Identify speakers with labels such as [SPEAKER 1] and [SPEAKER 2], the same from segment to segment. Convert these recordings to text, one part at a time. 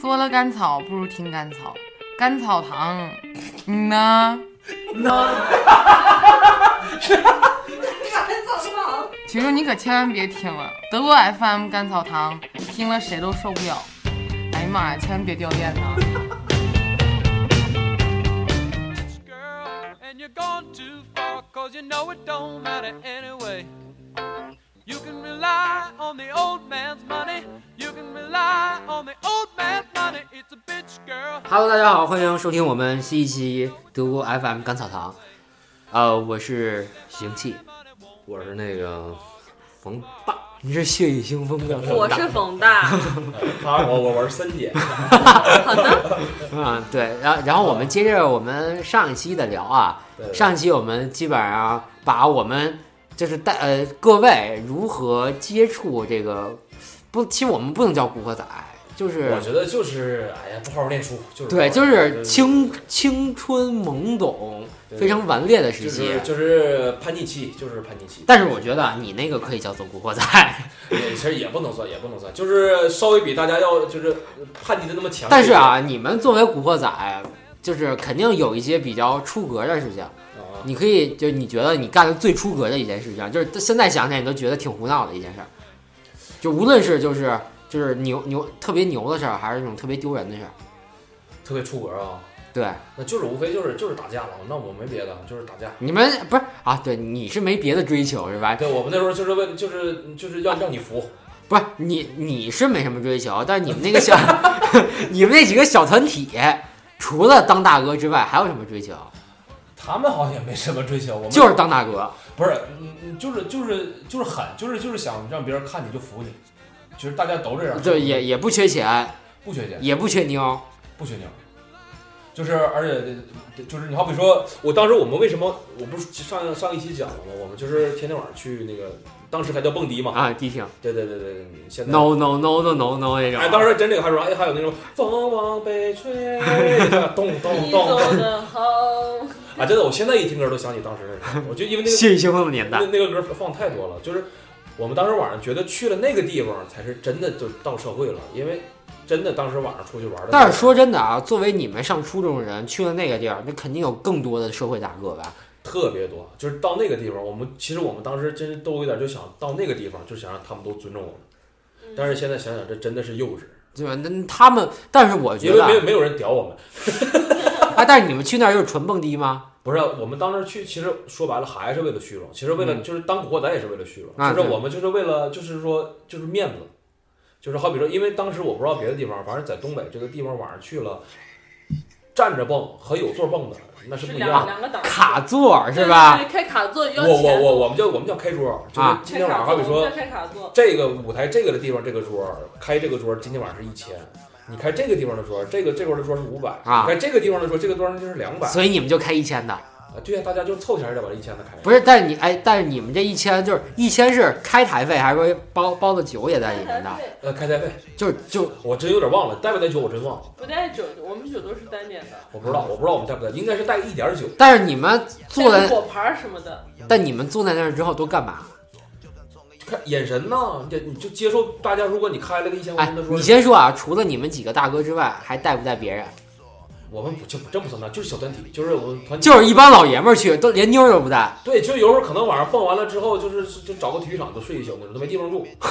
[SPEAKER 1] 嗦了甘草不如听甘草，甘草堂，嗯呢？其实你可千万别听了，德国 FM 甘草堂听了谁都受不了。哎呀妈呀，千万别掉链子啊！
[SPEAKER 2] girl, and you're gone too far, cause you know it don't matter anyway. You can rely on the old man's money, you can rely on the old man's money, it's a bitch girl.
[SPEAKER 3] Hello，大家好，欢迎收听我们新一期德国 FM 甘草堂。呃，我是邢气，
[SPEAKER 4] 我是那个冯大，
[SPEAKER 3] 你是血雨腥风 的。
[SPEAKER 5] 我是 冯大，
[SPEAKER 4] 我我我是森姐，
[SPEAKER 3] 嗯，对，然后然后我们接着我们上一期的聊啊，
[SPEAKER 4] 对对
[SPEAKER 3] 上一期我们基本上把我们就是带呃各位如何接触这个不，其实我们不能叫古惑仔，就是
[SPEAKER 4] 我觉得就是哎呀，不好好念书，就是
[SPEAKER 3] 对，就
[SPEAKER 4] 不好好念
[SPEAKER 3] 是
[SPEAKER 4] 书
[SPEAKER 3] 青青春懵懂、
[SPEAKER 4] 对
[SPEAKER 3] 非常顽劣的时
[SPEAKER 4] 就
[SPEAKER 3] 期
[SPEAKER 4] 是。就是叛逆期，就是叛逆期。
[SPEAKER 3] 但是我觉得啊你那个可以叫做古惑仔，
[SPEAKER 4] 也其实也不能算，也不能算，就是稍微比大家要就是叛逆的那么强。
[SPEAKER 3] 但是，啊，你们作为古惑仔，就是肯定有一些比较出格的事情。
[SPEAKER 4] 啊，
[SPEAKER 3] 你可以就你觉得你干的最出格的一件事情，就是现在想起来你都觉得挺胡闹的一件事儿，就无论是就是就是牛牛特别牛的事儿，还是那种特别丢人的事儿，
[SPEAKER 4] 特别出格啊，
[SPEAKER 3] 对，
[SPEAKER 4] 那就是无非就是就是打架了，那我没别的，就是打架。
[SPEAKER 3] 你们不是啊？对，你是没别的追求是吧？
[SPEAKER 4] 对我们那时候就是为就是就是要让你服，
[SPEAKER 3] 不是你你是没什么追求，但是你们那个小你们那几个小团体，除了当大哥之外，还有什么追求？
[SPEAKER 4] 他们好像也没什么追求，我们
[SPEAKER 3] 就是当大哥，
[SPEAKER 4] 不是，嗯嗯，就是就是就是狠，就是就是想让别人看你就服你，就是大家都这样，
[SPEAKER 3] 对，也也不缺钱，
[SPEAKER 4] 不缺钱，
[SPEAKER 3] 也不缺妞，
[SPEAKER 4] 不缺妞，就是而且就是你好比说，我当时我们为什么我不是上上一期讲了吗？我们就是天天晚上去那个，当时还叫蹦迪嘛，
[SPEAKER 3] 啊，迪厅
[SPEAKER 4] 对对对对，现在。
[SPEAKER 3] ，no no no no no no 那种。
[SPEAKER 4] 哎，当时真这个还说，哎，还有那种风往北 吹，咚咚
[SPEAKER 5] 你走
[SPEAKER 4] 咚
[SPEAKER 5] 的好。
[SPEAKER 4] 啊！真的，我现在一听歌都想起当时那个，我就因为那个
[SPEAKER 3] 血雨腥风的年代
[SPEAKER 4] 那。那个歌放太多了，就是我们当时晚上觉得去了那个地方才是真的就到社会了，因为真的当时晚上出去玩的。
[SPEAKER 3] 但是说真的啊，作为你们上初中的人去了那个地儿，那肯定有更多的社会大哥吧？
[SPEAKER 4] 特别多，就是到那个地方，我们其实我们当时真都有点就想到那个地方，就想让他们都尊重我们。
[SPEAKER 5] 嗯
[SPEAKER 4] 但是现在想想，这真的是幼稚，
[SPEAKER 3] 对吧？那他们，但是我觉
[SPEAKER 4] 因为
[SPEAKER 3] 得
[SPEAKER 4] 没有没有人屌我们。
[SPEAKER 3] 啊，但是你们去那儿就是纯蹦迪吗？
[SPEAKER 4] 不是，我们当时去，其实说白了还是为了虚荣，其实为了、
[SPEAKER 3] 嗯
[SPEAKER 4] 就是当古惑仔也是为了虚荣，
[SPEAKER 3] 啊
[SPEAKER 4] 就是
[SPEAKER 3] 对
[SPEAKER 4] 我们就是为了就是说就是面子，就是好比说，因为当时我不知道别的地方，反正在东北这个地方晚上去了，站着蹦和有座蹦的那是不一
[SPEAKER 5] 两
[SPEAKER 4] 样的。
[SPEAKER 5] 两个档次
[SPEAKER 3] 卡座儿是吧？
[SPEAKER 5] 对？对对开卡座要
[SPEAKER 4] 我我
[SPEAKER 5] 钱。
[SPEAKER 4] 我我们叫我们叫开桌，就是
[SPEAKER 3] 啊
[SPEAKER 4] 今
[SPEAKER 5] 开
[SPEAKER 4] 天晚上
[SPEAKER 5] 卡座，
[SPEAKER 4] 好比说
[SPEAKER 5] 我们在开卡座，
[SPEAKER 4] 这个舞台这个的地方这个桌开这个桌，今天晚上是一千。你开这个地方的桌，这个这块的桌是五百、
[SPEAKER 3] 啊
[SPEAKER 4] 你开这个地方的桌，这个桌上就是两百。
[SPEAKER 3] 所以你们就开一千的，
[SPEAKER 4] 啊对呀、大家就凑钱儿得把一千的开。
[SPEAKER 3] 不是？但是你哎，但是你们这一千就是一千是开台费，还是说包包的酒也在里面的？
[SPEAKER 5] 对
[SPEAKER 4] 呃，开台费，
[SPEAKER 3] 就就
[SPEAKER 4] 我真有点忘了，带不带酒我真忘了，
[SPEAKER 5] 不带酒，我们酒都是单点的，
[SPEAKER 4] 我不知
[SPEAKER 3] 嗯
[SPEAKER 4] 道，我不知道我们带不带，应该是带一点酒。
[SPEAKER 3] 但是你们坐
[SPEAKER 5] 带
[SPEAKER 3] 在，
[SPEAKER 5] 果盘儿什么的，
[SPEAKER 3] 但你们坐在那儿之后都干嘛？
[SPEAKER 4] 看眼神呐，你这你就接受大家，如果你开了个一千块
[SPEAKER 3] 哎
[SPEAKER 4] 钱的，桌，
[SPEAKER 3] 你先说啊，除了你们几个大哥之外，还带不带别人？
[SPEAKER 4] 我们不就真不算大，就是小团体，就是我们团体，
[SPEAKER 3] 就是一帮老爷们儿去，都连妞儿都不带。
[SPEAKER 4] 对，就有时候可能晚上蹦完了之后，就是就找个体育场就睡一宿那种，都没地方住。嗯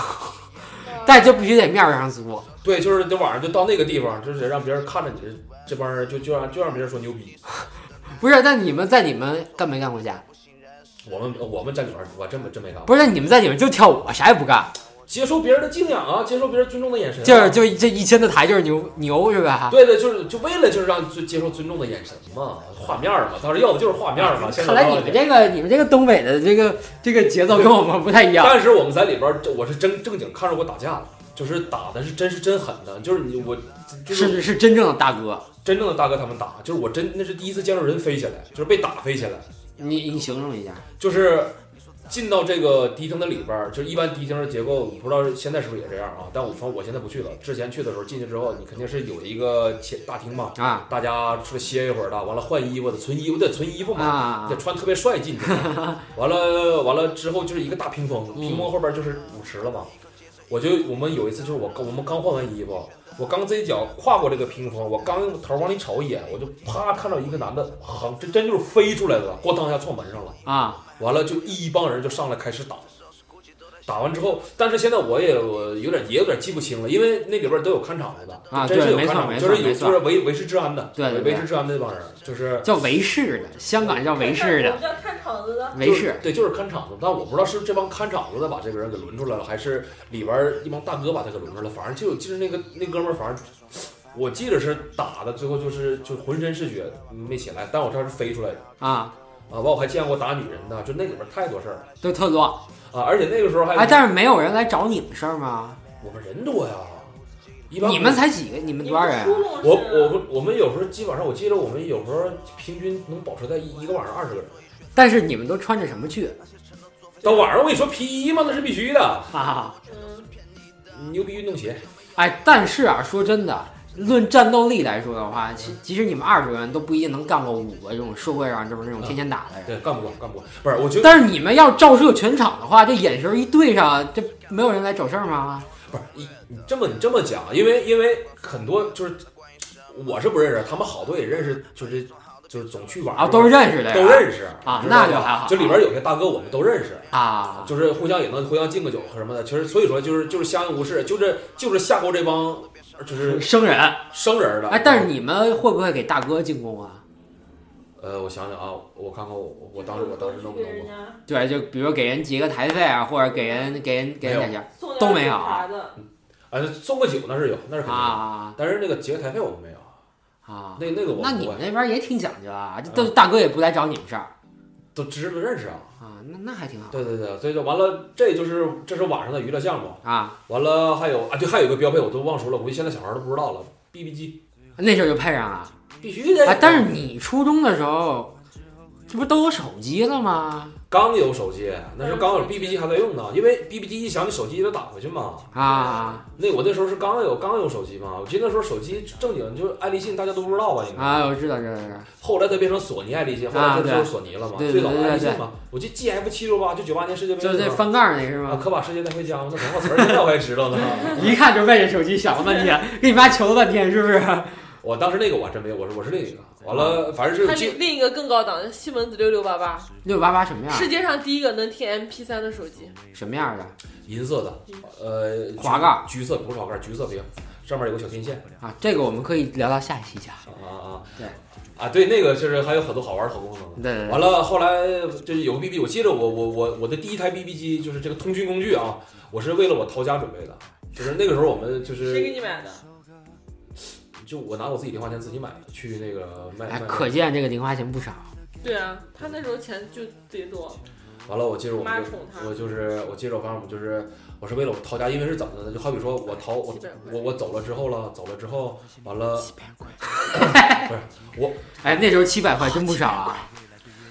[SPEAKER 3] 但就必须得面儿上足，
[SPEAKER 4] 对，就是得晚上就到那个地方，就是得让别人看着你这这帮人，就就让就让别人说牛逼。
[SPEAKER 3] 不是？那你们在你们干没干过架？
[SPEAKER 4] 我们我们站里边儿，我真没真没干过，
[SPEAKER 3] 不是你们在你们就跳舞，啥也不干，
[SPEAKER 4] 接受别人的敬仰啊，接受别人尊重的眼神啊、
[SPEAKER 3] 就是就这一千的台就是牛牛是吧？
[SPEAKER 4] 对对，就是就为了就是让就接受尊重的眼神嘛，画面儿嘛，当时要不就是画面儿 嘛。现在
[SPEAKER 3] 看来
[SPEAKER 4] 都
[SPEAKER 3] 你
[SPEAKER 4] 要
[SPEAKER 3] 们这个你们这个东北的这个这个节奏跟我们不太一样。
[SPEAKER 4] 但是我们在里边儿，这我是真正经看着过打架的，就是打的是真是真狠的，就是你我就是
[SPEAKER 3] 是是真正的大哥，
[SPEAKER 4] 真正的大哥他们打，就是我真那是第一次见着人飞起来，就是被打飞起来，
[SPEAKER 3] 你你形容一下，
[SPEAKER 4] 就是进到这个迪厅的里边儿，就是一般迪厅的结构，我不知道现在是不是也这样啊？但我反正我现在不去了，之前去的时候进去之后，你肯定是有一个前大厅嘛，
[SPEAKER 3] 啊
[SPEAKER 4] 大家说歇一会儿的，完了换衣服的，存衣服得存衣服嘛。
[SPEAKER 3] 啊
[SPEAKER 4] 得，穿特别帅进去，完了完了之后就是一个大屏风，屏幕后边就是舞池了嘛。我就我们有一次就是我刚我们刚换完衣服，我刚这一脚跨过这个屏风，我刚用头往里瞅一眼，我就啪看到一个男的，横这真就是飞出来的，咣当一下撞门上了。
[SPEAKER 3] 啊，
[SPEAKER 4] 完了就一帮人就上来开始打，打完之后，但是现在我也我有点也有点记不清了，因为那里边都有看场子的
[SPEAKER 3] 啊
[SPEAKER 4] 真是有
[SPEAKER 3] 对
[SPEAKER 4] 看场
[SPEAKER 3] 没
[SPEAKER 4] 的，
[SPEAKER 3] 错
[SPEAKER 4] 就是有
[SPEAKER 3] 没错
[SPEAKER 4] 就是维维持治安的，
[SPEAKER 3] 对对对
[SPEAKER 4] 维持治安的那帮人，就是
[SPEAKER 3] 叫维氏的，香港叫维氏
[SPEAKER 5] 我
[SPEAKER 3] 的
[SPEAKER 5] 们，叫看场子的，
[SPEAKER 3] 维
[SPEAKER 4] 就
[SPEAKER 3] 氏
[SPEAKER 4] 是对，就是看场子，但我不知道是这帮看场子的把这个人给轮出来了，还是里边儿一帮大哥把他给轮出来了。反正就记得那个那哥们儿，反正我记得是打的，最后就是就浑身是血没起来，但我这是飞出来的
[SPEAKER 3] 啊，
[SPEAKER 4] 啊！完我还见过打女人的，就那里边儿太多事儿了
[SPEAKER 3] 都特乱。
[SPEAKER 4] 啊！而且那个时候还
[SPEAKER 3] 哎，但是没有人来找你们事儿吗？
[SPEAKER 4] 我们人多呀，一般
[SPEAKER 3] 你们才几个？你们
[SPEAKER 5] 你
[SPEAKER 3] 多少
[SPEAKER 5] 们
[SPEAKER 3] 人啊
[SPEAKER 5] 出笼
[SPEAKER 4] 我
[SPEAKER 5] 是
[SPEAKER 4] 我们我们有时候基本上，我记得我们有时候平均能保持在一一个晚上二十个人。
[SPEAKER 3] 啊？但是你们都穿着什么去？
[SPEAKER 4] 到晚上我跟你说皮衣嘛，那是必须的，
[SPEAKER 3] 啊，
[SPEAKER 5] 嗯，
[SPEAKER 4] 牛逼运动鞋。
[SPEAKER 3] 哎，但是啊，说真的，论战斗力来说的话，其即使你们二十个人都不一定能干过五个这种社会上这么这种天天打的人。
[SPEAKER 4] 对，干不过，干不过。不是，我觉得
[SPEAKER 3] 但是你们要照射全场的话，这眼神一对上，这没有人来找事儿吗？
[SPEAKER 4] 不是你你这么你这么讲，啊因为因为很多就是我是不认识，他们好多也认识，就是就是总去玩
[SPEAKER 3] 啊，都是认识的呀，
[SPEAKER 4] 都认识
[SPEAKER 3] 啊
[SPEAKER 4] 你知道
[SPEAKER 3] 那
[SPEAKER 4] 吧
[SPEAKER 3] 就还好
[SPEAKER 4] 就里边有些大哥我们都认识。
[SPEAKER 3] 啊，
[SPEAKER 4] 就是互相也能互相敬个酒和什么的，其实所以说就是就是相安无事，就这就是下沟这帮就是
[SPEAKER 3] 生人。
[SPEAKER 4] 生人的。
[SPEAKER 3] 哎，但是你们会不会给大哥进攻啊？
[SPEAKER 4] 呃，我想想啊，我看看我我当时我当时弄不
[SPEAKER 5] 给
[SPEAKER 4] 弄
[SPEAKER 5] 人
[SPEAKER 4] 过，
[SPEAKER 5] 家
[SPEAKER 3] 对，就比如给人结个台费啊，或者给人给人给人点钱
[SPEAKER 5] 送
[SPEAKER 3] 都没有
[SPEAKER 5] 啥的，
[SPEAKER 4] 啊，送个酒那是有，那是肯定有，
[SPEAKER 3] 啊
[SPEAKER 4] 但是那个结个台费我们没有，
[SPEAKER 3] 啊。
[SPEAKER 4] 那那个我
[SPEAKER 3] 那
[SPEAKER 4] 不
[SPEAKER 3] 你
[SPEAKER 4] 会
[SPEAKER 3] 们那边也挺讲究啊，这都
[SPEAKER 4] 嗯
[SPEAKER 3] 大哥也不来找你们事儿
[SPEAKER 4] 都知道认识啊。
[SPEAKER 3] 啊，那那还挺好
[SPEAKER 4] 对对对，所以就完了，这就是这是晚上的娱乐项目。
[SPEAKER 3] 啊。
[SPEAKER 4] 完了还有啊，对，还有一个标配我都忘说了，估计现在小孩都不知道了，BB 机
[SPEAKER 3] 那时候就配上了。
[SPEAKER 4] 必须得。
[SPEAKER 3] 哎，但是你初中的时候，这不都有手机了吗？
[SPEAKER 4] 刚有手机，那时候刚有 BB 机还在用呢，因为 BB 机一响，你手机就打回去嘛。
[SPEAKER 3] 啊
[SPEAKER 4] 那我那时候是刚有刚有手机嘛，我记得那时候手机正经就是爱立信，大家都不知道吧？应该。
[SPEAKER 3] 啊，我知道，知道，知道。
[SPEAKER 4] 后来它变成索尼爱立信，后来它就是索尼了嘛，
[SPEAKER 3] 啊对
[SPEAKER 4] 最早
[SPEAKER 3] 对
[SPEAKER 4] 的
[SPEAKER 3] 对
[SPEAKER 4] 爱立信嘛。我记得 GF 七六八，就九八年世界杯
[SPEAKER 3] 就是
[SPEAKER 4] 的
[SPEAKER 3] 这
[SPEAKER 4] 时候
[SPEAKER 3] 翻盖儿那是
[SPEAKER 4] 啊，
[SPEAKER 3] 吗？
[SPEAKER 4] 可把世界带回家嘛，那文化词儿现在我还知道呢。
[SPEAKER 3] 一看就为这手机想了半天，跟你妈求了半天，是不是？
[SPEAKER 4] 我当时那个我还真没有，我是我是另一个。完了，反正
[SPEAKER 5] 还
[SPEAKER 4] 是
[SPEAKER 5] 有
[SPEAKER 4] 记
[SPEAKER 5] 另一个更高档，西门子六六八八，
[SPEAKER 3] 六八八什么样？
[SPEAKER 5] 世界上第一个能听 MP 3的手机，
[SPEAKER 3] 什么样的
[SPEAKER 4] 银色的，呃，
[SPEAKER 3] 滑盖儿
[SPEAKER 4] 橘色不是滑盖儿，橘色屏，上面有个小天线。
[SPEAKER 3] 啊？这个我们可以聊到下一期讲。
[SPEAKER 4] 啊啊，
[SPEAKER 3] 对，
[SPEAKER 4] 啊对，那个就是还有很多好玩儿好功能。
[SPEAKER 3] 对对对
[SPEAKER 4] 完了，后来就是有个 BB，我记得我我我我的第一台 BB 机就是这个通讯工具啊，我是为了我逃家准备的，就是那个时候我们就
[SPEAKER 5] 谁给
[SPEAKER 4] 是
[SPEAKER 5] 你买的？
[SPEAKER 4] 就我拿我自己零花钱自己买的，去那个卖
[SPEAKER 3] 哎，
[SPEAKER 4] 卖。
[SPEAKER 3] 可见这个零花钱不少。
[SPEAKER 5] 对啊，他那时候钱就贼多，
[SPEAKER 4] 完了，我记得我
[SPEAKER 5] 妈
[SPEAKER 4] 们
[SPEAKER 5] 宠他
[SPEAKER 4] 就我就是我记得我反正我就是我是为了我逃家，因为是怎么的呢？就好比说我逃我
[SPEAKER 5] 七百块
[SPEAKER 4] 我我走了之后了，走了之后完了，
[SPEAKER 3] 哎，那时候七百块真不少啊！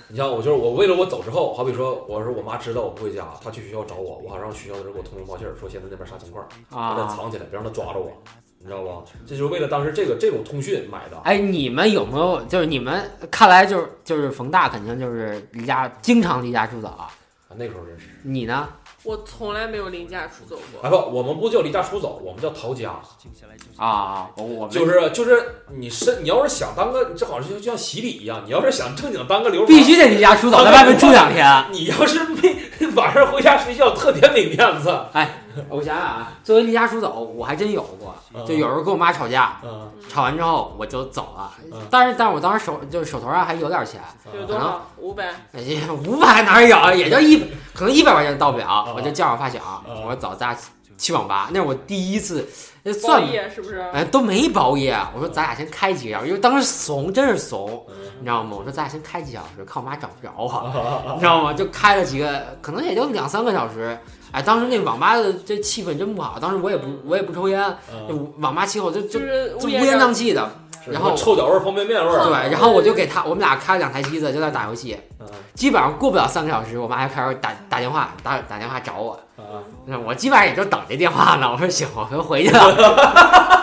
[SPEAKER 4] 你像我就是我为了我走之后，好比说我说我妈知道我不回家，她去学校找我，我好让学校的人给我通风报信儿，说现在那边啥情况。我得
[SPEAKER 3] 啊，
[SPEAKER 4] 藏起来，别让他抓着我，你知道吧？这就是为了当时这个这种通讯买的。
[SPEAKER 3] 哎，你们有没有就是你们看来就是就是冯大肯定就是离家经常离家出走，
[SPEAKER 4] 啊那时候真是，
[SPEAKER 3] 你呢？
[SPEAKER 5] 我从来没有离家出走过。
[SPEAKER 4] 哎不，我们不叫离家出走，我们叫逃家，
[SPEAKER 3] 啊，我我们
[SPEAKER 4] 就是就是你是你要是想当个，这好像就像洗礼一样，你要是想正经当个流氓，
[SPEAKER 3] 必须得离家出走，在外面住两天。
[SPEAKER 4] 你要是没晚上回家睡觉，特别没面子。
[SPEAKER 3] 我想想啊，作为离家出走，我还真有过，
[SPEAKER 4] 嗯
[SPEAKER 3] 就有时候跟我妈吵架，
[SPEAKER 4] 嗯，
[SPEAKER 3] 吵完之后我就走了
[SPEAKER 4] 嗯。
[SPEAKER 3] 但是但是我当时手就是手头上还有点钱，
[SPEAKER 5] 有多少？五百。
[SPEAKER 3] 哎呀，五百哪儿有，啊也就一百，可能一百块钱到不了
[SPEAKER 4] 啊，
[SPEAKER 3] 我就叫上发小，
[SPEAKER 4] 啊
[SPEAKER 3] 我说走，咱俩去网吧。那是我第一次，那算
[SPEAKER 5] 包夜是不是？
[SPEAKER 3] 哎都没包夜，我说咱俩先开几个小时，因为当时怂，真是怂，你知道吗？我说咱俩先开几小时，看我妈找不着我，
[SPEAKER 4] 嗯
[SPEAKER 3] 你知道吗？就开了几个，可能也就两三个小时。哎，当时那网吧的这气氛真不好，当时我也不我也不抽烟，那
[SPEAKER 4] 嗯
[SPEAKER 3] 网吧气候就就就
[SPEAKER 5] 就
[SPEAKER 3] 是乌
[SPEAKER 5] 乌
[SPEAKER 3] 烟
[SPEAKER 5] 烟
[SPEAKER 3] 瘴气的。嗯
[SPEAKER 4] 是
[SPEAKER 3] 然后
[SPEAKER 4] 臭脚味儿、方便面味
[SPEAKER 3] 对，
[SPEAKER 4] 儿。
[SPEAKER 3] 然后我就给他，我们俩开了两台机子，就在那打游戏。
[SPEAKER 4] 嗯
[SPEAKER 3] 基本上过不了三个小时，我妈就开始打打电话，打打电话找我。
[SPEAKER 4] 嗯
[SPEAKER 3] 那我基本上也就等这电话呢。我说行，我回去了，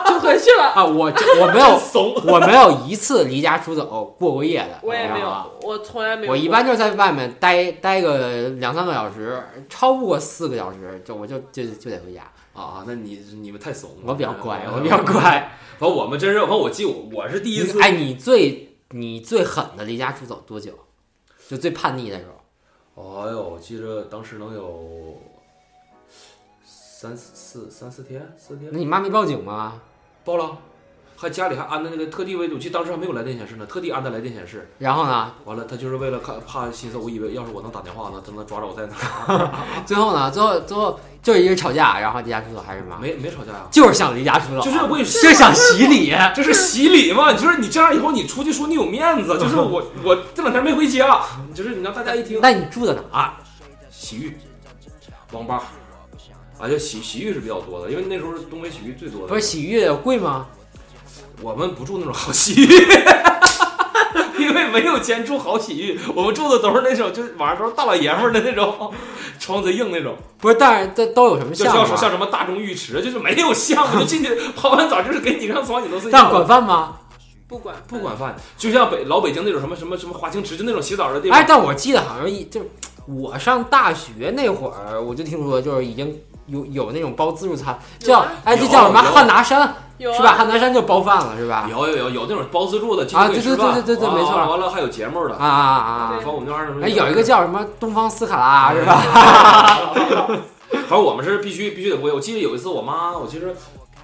[SPEAKER 3] 就回
[SPEAKER 5] 回去了。
[SPEAKER 3] 啊，我这我没有
[SPEAKER 4] 怂，
[SPEAKER 3] 我没有一次离家出走过过夜的，
[SPEAKER 5] 我也没
[SPEAKER 3] 你知道吗
[SPEAKER 5] 有，我从来没有过。
[SPEAKER 3] 哎我一般就是在外面待待个两三个小时，超不过四个小时，就我就就就得回家。
[SPEAKER 4] 啊，那你你们太怂了。嗯
[SPEAKER 3] 我比较乖，
[SPEAKER 5] 嗯
[SPEAKER 3] 我比较。 乖。
[SPEAKER 4] 反正我们真是，反正我记我我是第一次，
[SPEAKER 3] 哎，你最你最狠的离家出走多久？就最叛逆的时候，
[SPEAKER 4] 哎呦，我记着当时能有三四三四天，四天
[SPEAKER 3] 那你妈没报警吗？
[SPEAKER 4] 报了，还家里还安的那个特地为，我记得当时还没有来电显示呢，特地安的来电显示。
[SPEAKER 3] 然后呢？
[SPEAKER 4] 完了，他就是为了看怕，心思我以为要是我能打电话呢，他能抓着我在哪儿，
[SPEAKER 3] 最后呢？最后最后就是一个吵架，然后离家出走还是什么？
[SPEAKER 4] 没没吵架呀、
[SPEAKER 3] 就是想离家出走，
[SPEAKER 4] 就是我跟你说
[SPEAKER 3] 就想洗礼。
[SPEAKER 4] 这是洗礼嘛？就是你这样以后你出去说你有面子，就是我我这两天没回家，就是你让大家一听
[SPEAKER 3] 那你住的哪儿？
[SPEAKER 4] 洗浴、网吧，啊，就洗洗浴是比较多的，因为那时候东北洗浴最多的。
[SPEAKER 3] 不是洗浴贵吗？
[SPEAKER 4] 我们不住那种好洗浴， 因为没有钱住好洗浴，我们住的都是那种就是晚上都是大老爷们儿的那 种，床贼硬那种，
[SPEAKER 3] 不是，但是这都有什么
[SPEAKER 4] 就
[SPEAKER 3] 项
[SPEAKER 4] 像
[SPEAKER 3] 目
[SPEAKER 4] 说
[SPEAKER 3] 啊？
[SPEAKER 4] 像什么大众浴池，就是没有项目，就进去 泡完澡就是给你上床你都睡
[SPEAKER 3] 但
[SPEAKER 4] 觉。
[SPEAKER 3] 管饭吗？
[SPEAKER 5] 不管
[SPEAKER 4] 不管饭，就像北老北京那种什么什么什么华清池，就那种洗澡的地方。
[SPEAKER 3] 哎，但我记得好像一就我上大学那会儿，我就听说就是已经有有那种包自助餐，
[SPEAKER 5] 有
[SPEAKER 3] 叫
[SPEAKER 5] 啊
[SPEAKER 3] 哎这
[SPEAKER 4] 有
[SPEAKER 3] 叫什么
[SPEAKER 4] 有
[SPEAKER 3] 汉拿山
[SPEAKER 5] 有啊
[SPEAKER 3] 是吧？？汉拿山就包饭了是吧？
[SPEAKER 4] 哎有有有有那种包自助的，进
[SPEAKER 3] 啊
[SPEAKER 4] 去可以
[SPEAKER 3] 对对
[SPEAKER 4] 吃饭
[SPEAKER 3] 对对对对
[SPEAKER 4] 啊
[SPEAKER 3] 没错
[SPEAKER 4] 完了还有节目的，
[SPEAKER 3] 啊啊啊！
[SPEAKER 4] 反正我们那玩意儿
[SPEAKER 3] 哎，有一个，叫什么东方斯卡拉
[SPEAKER 4] 哎
[SPEAKER 3] 是吧？
[SPEAKER 4] 反正我们是必须必须得回。我记得有一次我妈，我其实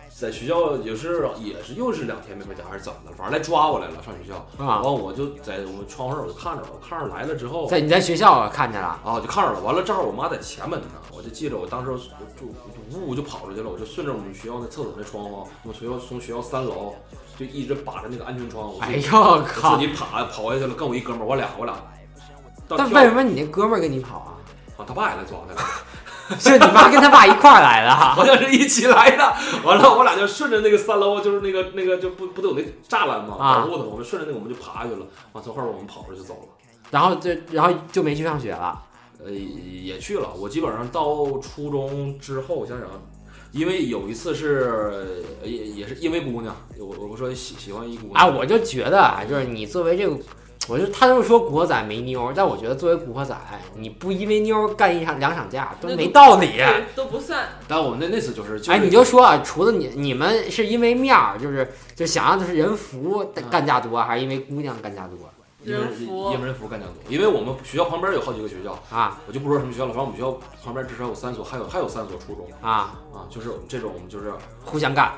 [SPEAKER 4] 在学校也是也是又是两天没回家还是怎么的，反正来抓我来了上学校，完
[SPEAKER 3] 啊，
[SPEAKER 4] 了我就在我们窗户那儿我就看着了，我看着来了之后。
[SPEAKER 3] 在你在学校看见了
[SPEAKER 4] 啊，我就看着了。完了，正好我妈在前门呢，我就记着，我当时我就我就呜就跑出去了，我就顺着我们学校那厕所那窗户，我从学校从学校三楼就一直把着那个安全窗，我
[SPEAKER 3] 哎
[SPEAKER 4] 自己
[SPEAKER 3] 呦我
[SPEAKER 4] 我
[SPEAKER 3] 靠
[SPEAKER 4] 自！己爬跑下去了，跟我一哥们儿，我俩我俩。到
[SPEAKER 3] 但
[SPEAKER 4] 跳
[SPEAKER 3] 为什么你那哥们儿跟你跑啊？
[SPEAKER 4] 啊，他爸也来抓他了，
[SPEAKER 3] 是你妈跟他爸一块儿来的啊？
[SPEAKER 4] 好像是一起来的。完了，我俩就顺着那个三楼，就是那个那个就不不都有那栅栏嘛，
[SPEAKER 3] 啊
[SPEAKER 4] 保护的，我们顺着那个我们就爬下去了。完，从后面我们跑着就走了。
[SPEAKER 3] 然后就然后就没去上学了。
[SPEAKER 4] 呃，也去了。我基本上到初中之后，我想想啊，因为有一次是呃也也是因为姑娘，我我不说喜喜欢一姑娘
[SPEAKER 3] 啊，我就觉得啊，就是你作为这个，我就他都说古惑仔没妞儿，但我觉得作为古惑仔，哎你不因为妞儿干一场两场架都
[SPEAKER 5] 那
[SPEAKER 3] 没
[SPEAKER 5] 都
[SPEAKER 3] 道理。
[SPEAKER 5] 对，都不 算。
[SPEAKER 4] 但我们那那次就是，是
[SPEAKER 3] 哎，你就说啊，除了你，你们是因为面儿，就是就想让就是人服
[SPEAKER 4] 嗯
[SPEAKER 3] 干架多，还是因为姑娘干架多
[SPEAKER 4] 因为
[SPEAKER 5] 人服
[SPEAKER 4] 因为人服干将多，因为我们学校旁边有好几个学校，
[SPEAKER 3] 啊
[SPEAKER 4] 我就不说什么学校了，反正我们学校旁边至少有三所，还有还有三所初中
[SPEAKER 3] 啊，
[SPEAKER 4] 啊，就是这种我们就是
[SPEAKER 3] 互相干